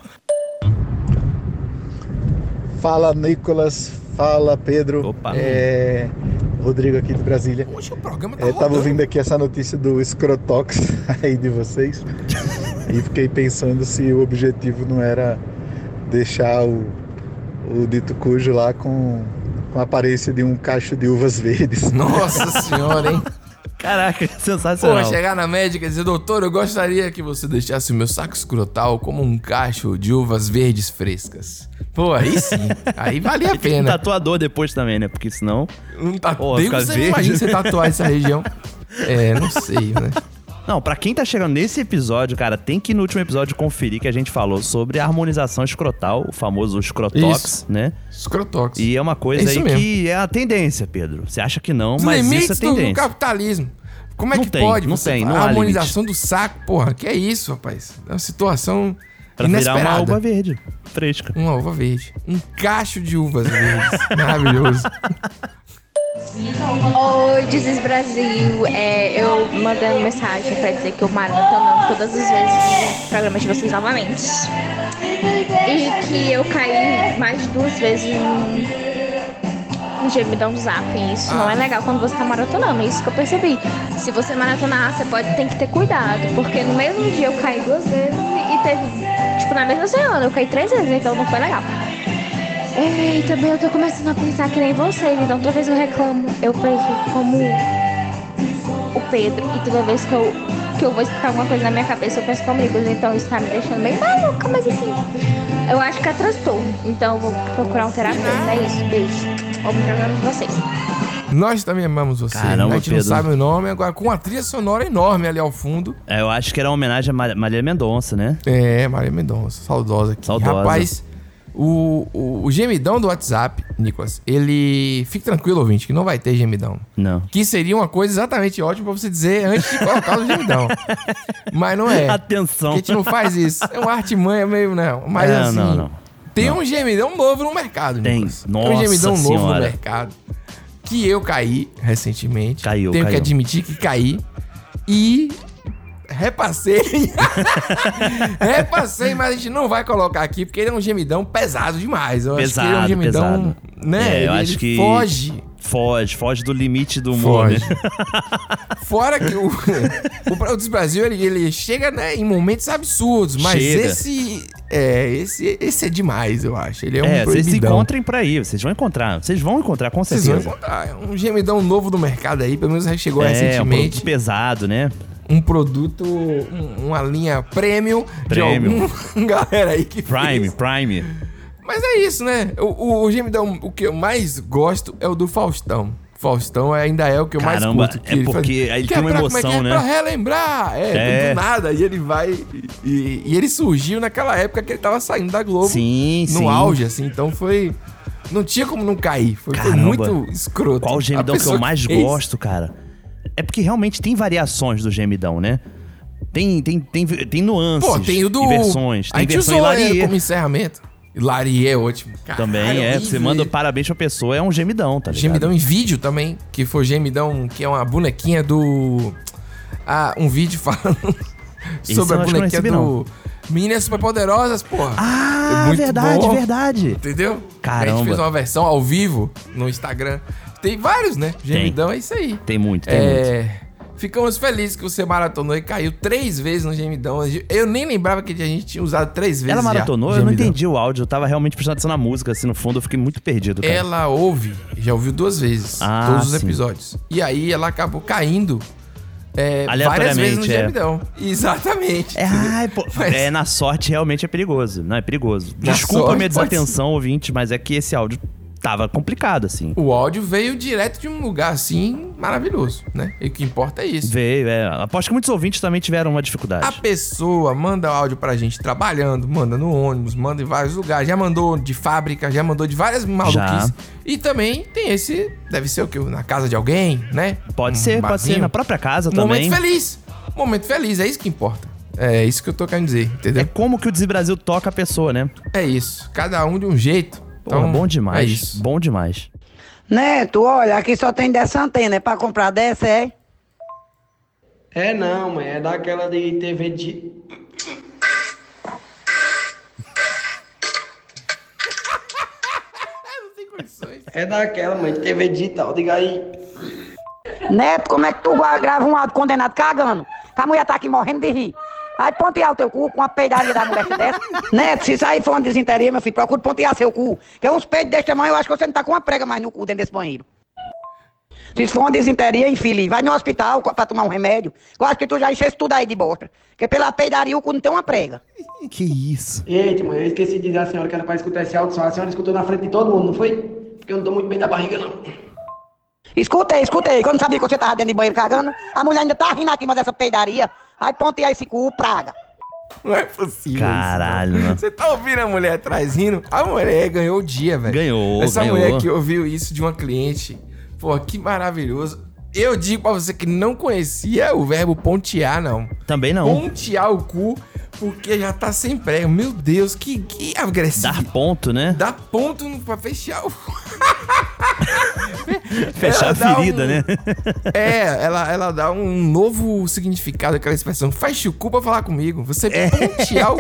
O: Fala Nicolas, fala Pedro.
C: Opa.
O: É, Rodrigo aqui de Brasília.
B: Hoje o programa
O: tá é, Tava ouvindo aqui essa notícia do Scrotox [LAUGHS] aí de vocês e fiquei pensando se o objetivo não era deixar o, o dito cujo lá com, com a aparência de um cacho de uvas verdes.
B: Nossa senhora, hein?
C: Caraca, [LAUGHS] sensacional.
B: Pô, chegar na médica e dizer, doutor, eu gostaria que você deixasse o meu saco escrotal como um cacho de uvas verdes frescas. Pô, aí sim. Aí valia a
C: E tem Um
B: pena.
C: tatuador depois também, né? Porque senão.
B: Um tatuador.
C: fica
B: Você
C: verde.
B: imagina você
C: [LAUGHS]
B: tatuar essa região. É, não sei, né?
C: Não, pra quem tá chegando nesse episódio, cara, tem que ir no último episódio conferir que a gente falou sobre a harmonização escrotal, o famoso escrotox,
B: Isso.
C: né?
B: Escrotox.
C: E é uma coisa
B: É isso
C: aí
B: mesmo.
C: que é a tendência, Pedro. Você acha que não,
B: Os
C: mas
B: limites
C: isso é
B: do- do
C: tendência.
B: capitalismo. Como é
C: Não
B: que
C: tem,
B: pode?
C: não
B: você
C: tem,
B: falar?
C: não há
B: A harmonização do saco, porra, que é isso, rapaz? É uma situação
C: Pra virar
B: inesperada.
C: uma uva verde, fresca.
B: Uma uva verde. Um cacho de
C: [LAUGHS]
B: uvas verdes. Maravilhoso.
P: Oi, Dizes Brasil. É, eu mandando mensagem pra dizer que eu maratonando todas as vezes o programa de vocês novamente. E que eu caí mais de duas vezes num um dia me dá um zap. E isso não é legal quando você tá maratonando. É isso que eu percebi. Se você maratonar, você pode, tem que ter cuidado. Porque no mesmo dia eu caí duas vezes e e teve. Tipo, na mesma semana eu caí três vezes, então não foi legal. E também eu tô começando a pensar que nem vocês, então toda vez que eu reclamo, eu penso como o Pedro. E toda vez que eu, que eu vou escutar alguma coisa na minha cabeça, eu penso comigo. Então isso tá me deixando bem maluca, mas assim, eu acho que é transtorno. Então eu vou procurar um terapeuta. É isso, beijo. Vamos jogar com vocês.
B: Nós também amamos você.
C: Caramba,
B: a gente
C: Pedro.
B: não sabe o nome, agora com uma trilha sonora enorme ali ao fundo.
C: É, Eu acho que era uma homenagem a Ma- Marília Mendonça, né?
B: É, Maria Mendonça, saudosa aqui.
C: Saudosa.
B: Rapaz, o, o, o gemidão do WhatsApp, Nicolas, ele. Fique tranquilo, ouvinte, que não vai ter gemidão.
C: Não.
B: Que seria uma coisa exatamente ótima pra você dizer antes de colocar o
C: [LAUGHS]
B: gemidão. Mas não é.
C: Atenção.
B: Porque a gente não faz isso. É um artimanha meio, não. Mas
C: É,
B: assim.
C: não, não.
B: Tem um gemidão novo no mercado,
C: Tem.
B: Nicolas. Tem um
C: Nossa
B: gemidão novo no
C: Senhora.
B: mercado. Que eu caí recentemente.
C: Caiu,
B: Tenho
C: caiu.
B: que admitir que caí. E repassei. [LAUGHS] repassei, mas a gente não vai colocar aqui, porque ele é um gemidão pesado demais. Eu acho que ele é um
C: Pesado,
B: gemidão.
C: pesado.
B: Né?
C: É, eu
B: Ele-
C: acho
B: ele
C: que.
B: foge.
C: Foge, foge do limite do humor.
B: Foge.
C: né?
B: [LAUGHS] Fora que o, o Produtos Brasil, ele, ele chega né, em momentos absurdos, mas
C: Chega.
B: esse. É, esse, esse é demais, eu acho. Ele é um
C: É, vocês se
B: proibidão.
C: encontrem por aí, vocês vão encontrar. Vocês vão encontrar, com
B: Vocês vão
C: certeza.
B: encontrar. É um gemidão novo do mercado aí, pelo menos chegou
C: é, um
B: recentemente.
C: produto pesado, né?
B: Um produto, um- uma linha premium, de
C: Premium.
B: alguma [LAUGHS] galera aí que
C: Prime,
B: fez.
C: Prime.
B: Mas é isso, né? O, o, o gemidão, o que eu mais gosto é o do Faustão. Faustão ainda é o que eu
C: Caramba,
B: mais curto. que
C: é porque aí ele
B: que
C: tem uma
B: pra- como
C: emoção,
B: é que
C: né?
B: É pra relembrar, é,
C: É.
B: do nada. E ele vai... E, e ele surgiu naquela época que ele tava saindo da Globo.
C: Sim,
B: No
C: sim.
B: auge, assim. Então foi... Não tinha como não cair. Foi, foi muito escroto.
C: Qual o
B: A
C: gemidão que
B: pessoa
C: eu mais
B: fez.
C: gosto, cara? É porque realmente tem variações do gemidão, né? Tem, tem, tem, tem nuances.
B: Pô, tem o do...
C: E versões. assim, Tem
B: a gente
C: versão
B: usou
C: hilarie.
B: é, como encerramento. Hilarie é ótimo.
C: Também é. Você manda o parabéns pra pessoa, é um gemidão, tá ligado?
B: Gemidão em vídeo também, que foi gemidão, que é uma bonequinha do. Ah, um vídeo falando
C: Esse
B: sobre
C: eu
B: a
C: acho que eu não
B: bonequinha
C: recebi,
B: do. Meninas Superpoderosas, porra. Ah,
C: verdade, verdade.
B: Entendeu? A
C: Caramba.
B: gente fez uma versão ao vivo no Instagram. Tem vários, né?
C: Tem.
B: Gemidão é isso aí.
C: Tem muito, tem muito.
B: É, ficamos felizes que você maratonou e caiu três vezes no gemidão. Eu nem lembrava que a gente tinha usado três vezes.
C: Ela
B: é, já,
C: maratonou, eu não
B: gemidão.
C: entendi o áudio. Eu tava realmente prestando atenção na música, assim, no fundo. Eu fiquei muito perdido, cara.
B: Ela ouve, já ouviu duas vezes
C: Ah,
B: todos os
C: sim.
B: episódios. E aí ela acabou caindo é, várias
C: Aleatoriamente,
B: vezes no
C: é. [LAUGHS]
B: gemidão. Exatamente.
C: Ai,
B: [LAUGHS]
C: pô, É, na sorte realmente é perigoso. Não, é perigoso.
B: Na
C: Desculpa
B: sorte,
C: a minha
B: pode ser.
C: desatenção, ouvinte, mas é que esse áudio tava complicado, assim.
B: O áudio veio direto de um lugar assim maravilhoso, né? E o que importa é isso.
C: Veio, é. Aposto que muitos ouvintes também tiveram uma dificuldade.
B: A pessoa manda áudio pra gente trabalhando, manda no ônibus, manda em vários lugares. Já mandou de fábrica, já mandou de várias maluquices.
C: Já.
B: E também tem esse, deve ser o que? Na casa de alguém, né?
C: Pode ser, pode ser.
B: barzinho.
C: Na própria casa também.
B: Momento feliz. Momento feliz, é isso que importa. É isso que eu tô querendo dizer, entendeu?
C: É como que o Desbrasil toca a pessoa, né?
B: É isso. Cada um de um jeito.
C: Porra,
B: Então,
C: bom demais.
B: é isso.
C: Bom demais.
Q: Neto, olha, aqui só tem dessa antena, é pra comprar dessa, é?
I: É não, mãe, é daquela de TV de. É daquela, mãe, de TV digital, diga aí.
Q: Neto, como é que tu gua- grava um áudio condenado cagando? Que a mulher tá aqui morrendo de rir. Vai pontear o teu cu com uma peidaria da mulher dessa. Neto, se isso aí for uma desinteria, meu filho, procura pontear seu cu. Que é uns peitos desse tamanho, eu acho que você não tá com uma prega mais no cu dentro desse banheiro. Se isso for uma desinteria, infeliz, vai no hospital co- pra tomar um remédio. Eu acho que tu já enchesse tudo aí de bosta. Porque pela peidaria o cu não tem uma prega.
C: Que isso?
I: Eita, mãe, eu esqueci de dizer à senhora que era pra escutar esse áudio só. assim. A senhora escutou na frente de todo mundo, não foi? Porque eu não tô muito bem da barriga, não.
Q: Escuta aí, escuta aí. que Eu não sabia que você tava dentro de banheiro cagando. A mulher ainda tá rindo aqui, mas essa peidaria. Vai pontear esse cu, praga.
B: Não é possível.
C: Caralho,
B: isso,
C: mano.
B: Você tá ouvindo a mulher atrás rindo? A mulher ganhou o dia, velho.
C: Ganhou,
B: Essa
C: ganhou.
B: mulher que ouviu isso de uma cliente. Pô, que maravilhoso. Eu digo pra você que não conhecia o verbo pontear, não.
C: Também não.
B: Pontear o cu, porque já tá sem prego. Meu Deus, que, que agressivo.
C: Dar ponto, né?
B: [LAUGHS] Dá ponto no- pra fechar o.
C: Fechar
B: Ela
C: a
B: dá
C: ferida,
B: um-
C: né?
B: É, ela, ela dá um novo
C: É. [LAUGHS]
B: significado àquela expressão. Faz chucu pra falar comigo. Você pontear o.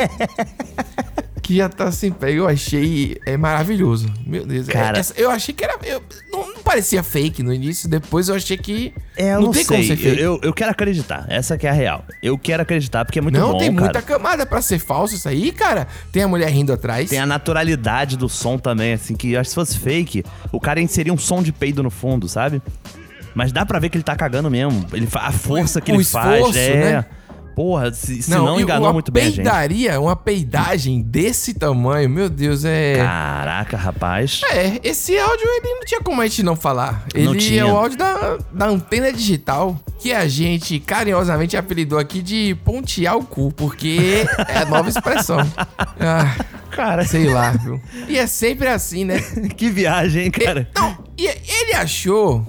B: que já tá sem pé. Eu achei é maravilhoso. Meu Deus. É-
C: Cara.
B: essa- eu achei que era. eu- não, não parecia fake no início, depois eu achei que.
C: É, eu não,
B: tem
C: sei.
B: como ser
C: eu,
B: fake.
C: eu- eu quero acreditar. Essa que é a real. Eu quero acreditar porque é muito
B: não,
C: bom,
B: tem
C: cara.
B: muita camada pra ser falso isso aí, cara. Tem a mulher rindo atrás.
C: Tem a naturalidade do som também, assim, que eu acho que se fosse fake, o cara inseria um som de peido no fundo, sabe? Mas dá pra ver que ele tá cagando mesmo. Ele, fa- a força que
B: o
C: ele faz,
B: um esforço,
C: é.
B: né?
C: Porra, se se
B: Não,
C: não,
B: e
C: enganou
B: uma
C: muito bem, a gente.
B: peidaria, uma peidagem desse tamanho, meu Deus, é.
C: Caraca, rapaz.
B: É, esse áudio ele não tinha como a gente não falar. Ele
C: Não tinha.
B: é o áudio da, da antena digital que a gente carinhosamente apelidou aqui de pontear o cu, porque é
C: [LAUGHS]
B: nova expressão. Ah,
C: cara, [LAUGHS]
B: sei lá, viu? E é sempre assim, né?
C: que viagem, hein, cara?
B: Não, Ah, e ele achou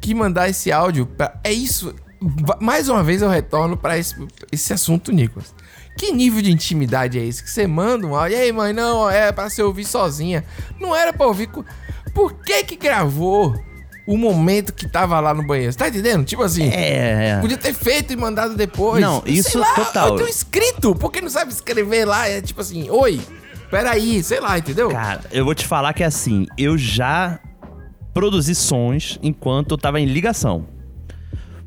B: que mandar esse áudio pra. É isso. Va- Mais uma vez eu retorno pra esse, esse assunto, Nicolas. Que nível de intimidade é esse? Que você manda um áudio. E aí, mãe, não, é pra você ouvir sozinha. Não era pra ouvir. co- Por que que gravou o momento que tava lá no banheiro? Você tá entendendo? Tipo assim.
C: É.
B: Podia ter feito e mandado depois.
C: Não, isso
B: sei lá,
C: total.
B: Ou então escrito. Por que não sabe escrever lá? É tipo assim, oi, peraí, sei lá, entendeu?
C: Cara, eu vou te falar que assim, eu já produzi sons enquanto eu tava em ligação.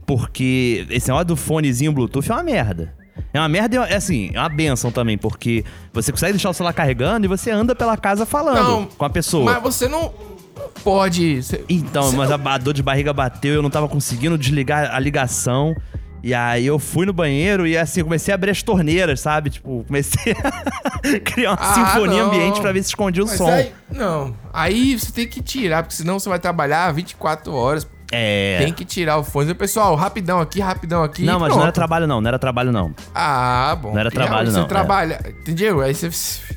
C: Porque esse negócio do fonezinho Bluetooth é uma merda. É uma merda e é assim, é uma benção também, porque você consegue deixar o celular carregando e você anda pela casa falando
B: Não,
C: com a pessoa.
B: Mas você não não pode. você-
C: Então,
B: você
C: mas
B: não-
C: a ba- dor de barriga bateu, eu não tava conseguindo desligar a ligação. E aí eu fui no banheiro e assim, eu comecei a abrir as torneiras, sabe? Tipo, comecei [LAUGHS] a criar uma
B: Ah,
C: sinfonia
B: não.
C: ambiente pra ver se escondia o
B: Mas
C: som.
B: aí- não, aí você tem que tirar, porque senão você vai trabalhar 24 horas.
C: É.
B: Tem que tirar o fone. Pessoal, rapidão aqui, rapidão aqui.
C: não, mas não era
B: pronto.
C: trabalho não, não era trabalho não.
B: Ah, bom.
C: Não era trabalho,
B: Realmente
C: não,
B: Você
C: é.
B: trabalha, entendeu? Aí você...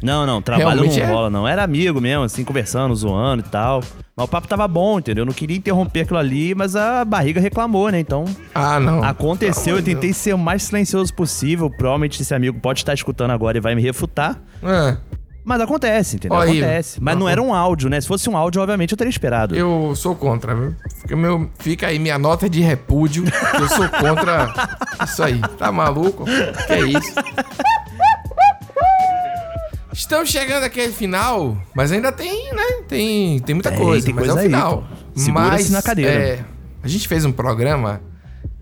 C: Não, não, trabalho
B: Realmente
C: não
B: é.
C: rola não. Era amigo mesmo, assim, conversando, zoando e tal. Mas o papo tava bom, entendeu? Eu não queria interromper aquilo ali, mas a barriga reclamou, né? Então...
B: Ah, não.
C: Aconteceu,
B: Pelo amor
C: eu
B: de
C: tentei ser o mais silencioso possível. Provavelmente esse amigo pode estar escutando agora e vai me refutar.
B: É.
C: Mas acontece, entendeu?
B: Olha aí.
C: acontece. Mas não era um áudio, né? Se fosse um áudio, obviamente eu teria esperado.
B: Eu sou contra, viu? Fica, meu, fica aí minha nota de repúdio. que eu sou contra isso aí. Tá maluco? Que é isso? Estamos chegando aqui ao final, mas ainda tem, né? Tem, tem muita
C: Tem,
B: coisa,
C: tem
B: mas
C: coisa
B: é o
C: aí,
B: final.
C: pô. Segura-se
B: Mas,
C: na cadeira.
B: é, a gente fez um programa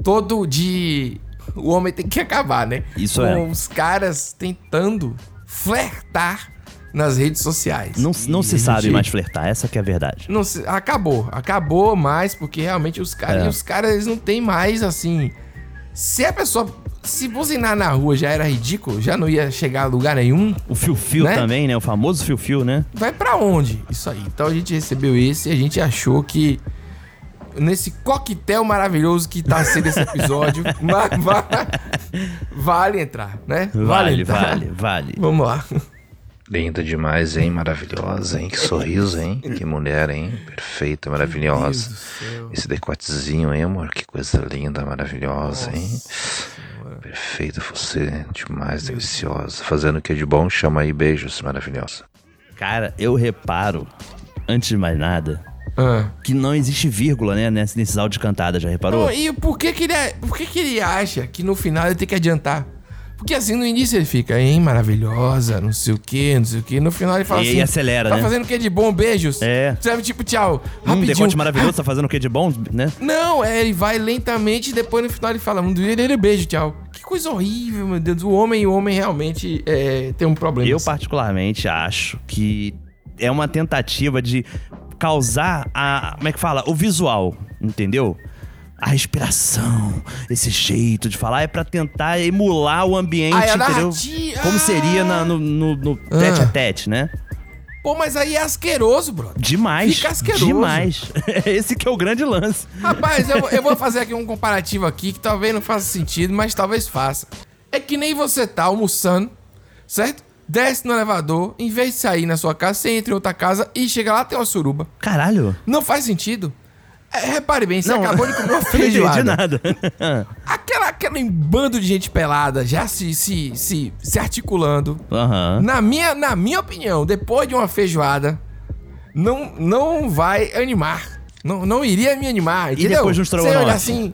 B: todo de... O homem tem que acabar, né?
C: Isso
B: Com
C: é.
B: os caras tentando flertar nas redes sociais.
C: Não, não
B: E
C: se
B: a
C: sabe
B: gente-
C: mais flertar, essa que é a verdade.
B: não se- acabou, acabou mais porque realmente os caras,
C: É.
B: e os caras eles não tem mais assim. Se a pessoa se buzinar na rua já era ridículo, já não ia chegar a lugar nenhum.
C: O fio-fio
B: Né?
C: também, né? O famoso fio-fio, né?
B: Vai pra onde? Isso aí. Então a gente recebeu esse e a gente achou que nesse coquetel maravilhoso que tá sendo
C: [LAUGHS]
B: esse episódio, ma- va- vale entrar, né?
C: Vale,
B: entrar.
C: vale, vale.
B: Vamos lá.
R: Linda demais, hein? Maravilhosa, hein? Que sorriso, hein? Que mulher, hein? Perfeita, maravilhosa. Esse decotezinho, hein, amor? Que coisa linda, maravilhosa, hein? Perfeita você, demais, deliciosa. Fazendo o que é de bom, chama aí beijos, maravilhosa.
C: Cara, eu reparo, antes de mais nada,
B: Ah.
C: que não existe vírgula, né? nesse- Nesses áudios de cantada, já reparou?
B: Não, e por que que, ele, é- por que que ele acha que no final ele tem que adiantar? Porque assim, no início ele fica, hein, maravilhosa, não sei o que, não sei o que. No final ele fala
C: E
B: assim...
C: aí acelera,
B: tá
C: né?
B: fazendo o que de bom? Beijos?
C: É.
B: Sabe, tipo, tchau,
C: Um
B: rapidinho.
C: decote maravilhoso, tá fazendo o que de bom, né?
B: [LAUGHS] Não, é, ele vai lentamente e depois no final ele fala, um ele beijo, tchau. Que coisa horrível, meu Deus. O homem, o homem realmente é, tem um problema.
C: Eu
B: assim.
C: particularmente acho que é uma tentativa de causar a, como é que fala, o visual, entendeu? A respiração, esse jeito de falar é pra tentar emular o ambiente,
B: Ah, é Ah. a
C: entendeu?
B: narrativa.
C: Como seria na- no, no- no tete a tete, né?
B: Pô, mas aí é asqueroso, brother.
C: Demais.
B: Fica asqueroso.
C: Demais. [LAUGHS] Esse que é o grande lance.
B: Rapaz, eu, eu vou fazer aqui um comparativo aqui que talvez não faça sentido, mas talvez faça. É que nem você tá almoçando, certo? Desce no elevador, em vez de sair na sua casa, você entra em outra casa e chega lá tem uma suruba.
C: Caralho.
B: Não faz sentido. É, repare bem, você
C: Não,
B: acabou de comer uma
C: [LAUGHS] não
B: feijoada.
C: entendi nada.
B: Aquela, aquele bando de gente pelada já se, se, se, se articulando.
C: [LAUGHS] Aham.
B: Na minha, na minha opinião, depois de uma feijoada, não, não vai animar. Não, não iria me animar,
C: E
B: entendeu?
C: depois de um
B: Você olha
C: estrogonofe?
B: assim...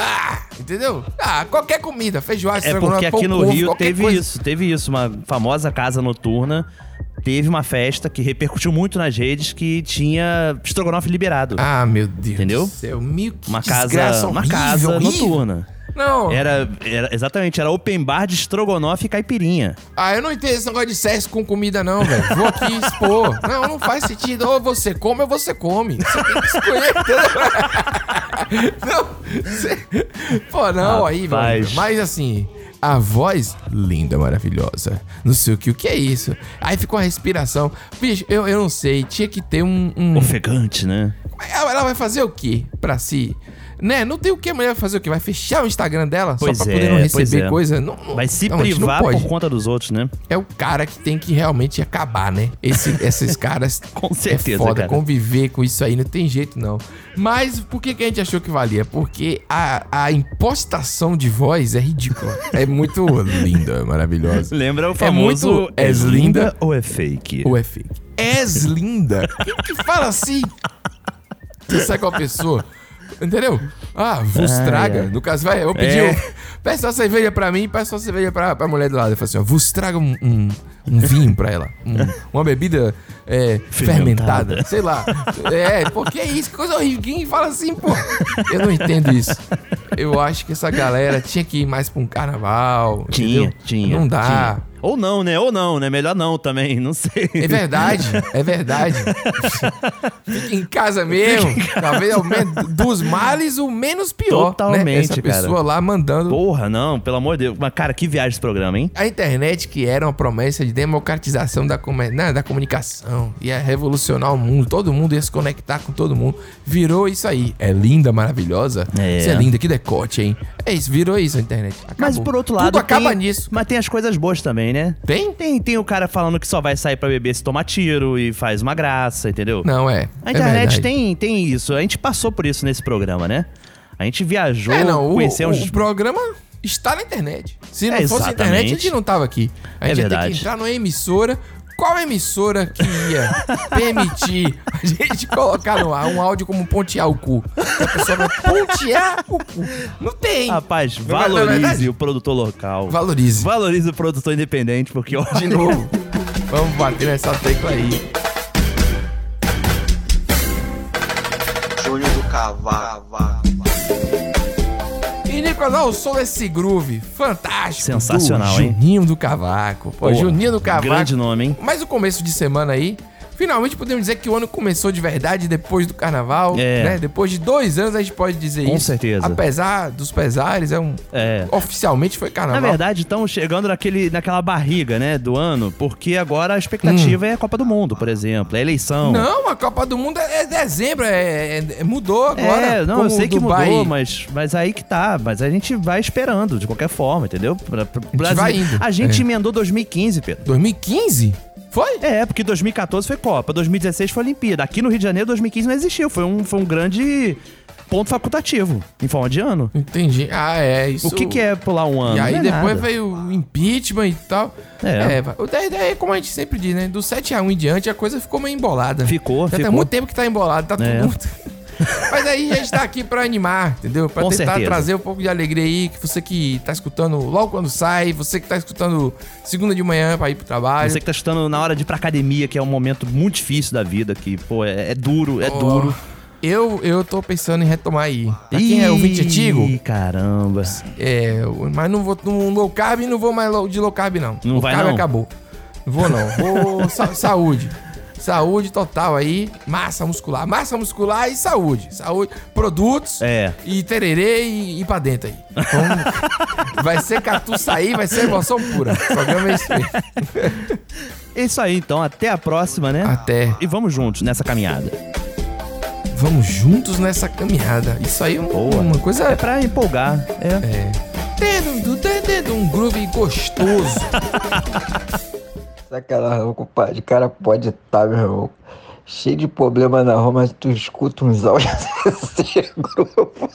B: Ah, entendeu? Ah, qualquer comida, feijoada,
C: É porque aqui no Rio teve isso, teve isso. Uma famosa casa noturna teve uma festa que repercutiu muito nas redes que tinha estrogonofe liberado.
B: Ah, meu Deus.
C: Entendeu?
B: Seu mil que
C: uma casa,
B: desgraça
C: uma
B: horrível,
C: casa
B: horrível.
C: noturna. É,
B: Não.
C: Era, era- exatamente, era open bar de estrogonofe e caipirinha.
B: Ah, eu não entendo esse negócio de sexo com comida, não, velho. Vou aqui expor. Não, não faz sentido. Ou você come ou você come. Você tem que escolher, entendeu? [LAUGHS] Não. você- Pô, não, aí, velho.
C: Rapaz.
B: Mas assim, a voz linda, maravilhosa. Não sei o que, o que é isso. Aí ficou a respiração. Bicho, eu, eu não sei. Tinha que ter um. um...
C: Ofegante, né?
B: Ela, ela vai fazer o quê pra si? Né? Não tem o que a mulher vai fazer o quê? Vai fechar o Instagram dela
C: Pois
B: só pra
C: é,
B: poder não
C: pois
B: receber
C: é.
B: coisa? Não, não,
C: Vai se
B: não, a gente não
C: privar
B: pode
C: por conta dos outros, né?
B: é o cara que tem que realmente acabar, né? Esse, [LAUGHS] esses caras.
C: Com certeza,
B: É foda.
C: cara.
B: Conviver com isso aí não tem jeito, não. Mas por que, que a gente achou que valia? Porque a, a impostação de voz é ridícula. É muito é linda, maravilhosa.
C: Lembra o
B: É
C: famoso
B: muito. És linda
C: ou é fake?
B: ou é fake? És linda? Quem que fala assim? Você sai com a pessoa. Entendeu? Ah, vos
C: Ai,
B: traga.
C: ai.
B: No caso, vai, eu vou pedir.
C: É.
B: um- Peça uma cerveja pra mim, peça uma cerveja pra, pra mulher do lado. Eu falo assim: ó, vos traga um, um, um vinho pra ela. Um- uma bebida é, fermentada.
C: Fermentada.
B: Sei lá. É, pô, que é isso? Que coisa horrível. Quem fala assim, pô? Eu não entendo isso. Eu acho que essa galera tinha que ir mais pra um carnaval.
C: Tinha,
B: entendeu?
C: tinha.
B: Não dá.
C: tinha. Ou não, né? Ou não, né? Melhor não também, [LAUGHS] não sei.
B: É verdade, é verdade. Fica em casa mesmo. Talvez é o men- dos males o menos pior. né?
C: Totalmente,
B: Essa
C: cara.
B: pessoa lá mandando.
C: Porra, não, pelo amor de Deus. Mas, cara, que viagem esse programa, hein?
B: A internet, que era uma promessa de democratização da, come- né, da comunicação, ia revolucionar o mundo, todo mundo ia se conectar com todo mundo, virou isso aí. É linda, maravilhosa.
C: É.
B: Isso é linda, que decote, hein? É isso, virou isso a internet. Acabou.
C: Mas por outro lado.
B: Tudo acaba
C: tem-
B: nisso.
C: Mas tem as coisas boas também, né?
B: Tem?
C: Tem, tem o cara falando que só vai sair pra beber se tomar tiro e faz uma graça, entendeu?
B: Não, é.
C: A
B: É
C: internet
B: verdade.
C: tem, tem isso. A gente passou por isso nesse programa, né? A gente viajou,
B: É, não, o,
C: conhecemos.
B: o programa está na internet. Se não
C: É,
B: fosse a internet, a
C: exatamente.
B: gente não tava aqui. A
C: É
B: gente ia ter
C: verdade.
B: que entrar numa emissora. Qual emissora que ia permitir a [LAUGHS] gente colocar no ar um áudio como pontear o cu? Que A pessoa vai pontear o cu. Não tem.
C: Rapaz,
B: Não é- não é
C: valorize
B: verdade?
C: o produtor local.
B: Valorize.
C: Valorize o produtor independente, porque ó,
B: De novo. Vamos bater nessa tecla aí.
S: Júnior do Cavalo.
B: E Nicolau, sou esse groove fantástico. do
C: Sensacional, hein?
B: Juninho do Cavaco. Pô,
C: Porra, um
B: Juninho do Cavaco.
C: Grande nome, hein?
B: Mas o começo de semana aí, finalmente podemos dizer que o ano começou de verdade depois do carnaval,
C: É.
B: né? Depois de dois anos a gente pode dizer
C: Com
B: isso.
C: certeza.
B: Apesar dos pesares, é um.
C: É.
B: Oficialmente foi
C: Na
B: carnaval.
C: verdade, estamos chegando naquele, naquela barriga, né, do ano, porque agora a expectativa é a Copa do Mundo, por exemplo, é a eleição.
B: Hum. Não, a Copa do Mundo é é dezembro, é, é- é- mudou agora.
C: é, não, eu
B: como
C: sei que
B: Dubai-
C: mudou, mas, mas aí que tá. Mas a gente vai esperando, de qualquer forma, entendeu? Pra, pra-
B: vai indo.
C: a gente
B: É.
C: emendou 2015, Pedro.
B: 2015? Foi?
C: É, porque 2014 foi Copa, 2016 foi Olimpíada. Aqui no Rio de Janeiro, 2015 não existiu. Foi um, foi um grande ponto facultativo, em forma de ano.
B: Entendi. Ah, é isso.
C: O que, que é pular um ano?
B: E aí
C: Não é
B: depois
C: nada.
B: veio o impeachment e tal.
C: É.
B: É, o daí, daí, como a gente sempre diz, né? Do 7x1 em diante a coisa ficou meio embolada. né?
C: Ficou,
B: Já tem
C: ficou.
B: muito tempo que tá embolado, tá
C: É.
B: tudo muito. [LAUGHS] Mas aí a gente tá aqui pra animar, entendeu? Pra
C: Com
B: tentar
C: certeza.
B: trazer um pouco de alegria aí, que você que tá escutando logo quando sai, você que tá escutando segunda de manhã pra ir pro trabalho.
C: Você que tá estudando na hora de ir pra academia, que é um momento muito difícil da vida, que, pô, é, é duro, é
B: Ó,
C: duro.
B: Eu, eu tô pensando em retomar aí. Pra quem é ouvinte antigo,
C: Ih, caramba.
B: é, mas não vou no low carb e não vou mais low- de low carb, não.
C: Não
B: low
C: vai,
B: carb
C: não?
B: acabou. Não vou, não.
C: [LAUGHS]
B: Vou sa- saúde. Saúde total aí. Massa muscular. Massa muscular e saúde. Saúde. Produtos.
C: É.
B: E tererê e, e pra dentro aí.
C: [LAUGHS]
B: Então, vai ser catu sair, vai ser emoção pura. O programa é isso aí.
C: É isso aí, então. Até a próxima, né?
B: Até.
C: E vamos juntos nessa caminhada.
B: Vamos juntos nessa caminhada. Isso aí é um- uma coisa.
C: É pra empolgar. É.
B: É. Tendo, tendo um groove gostoso.
S: Sacanagem, compadre. O cara pode estar, meu irmão, cheio de problema na rua, mas tu escuta uns áudios [LAUGHS] desse grupo.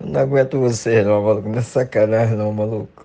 S: Eu não aguento vocês, não, maluco. Não é sacanagem, não, maluco.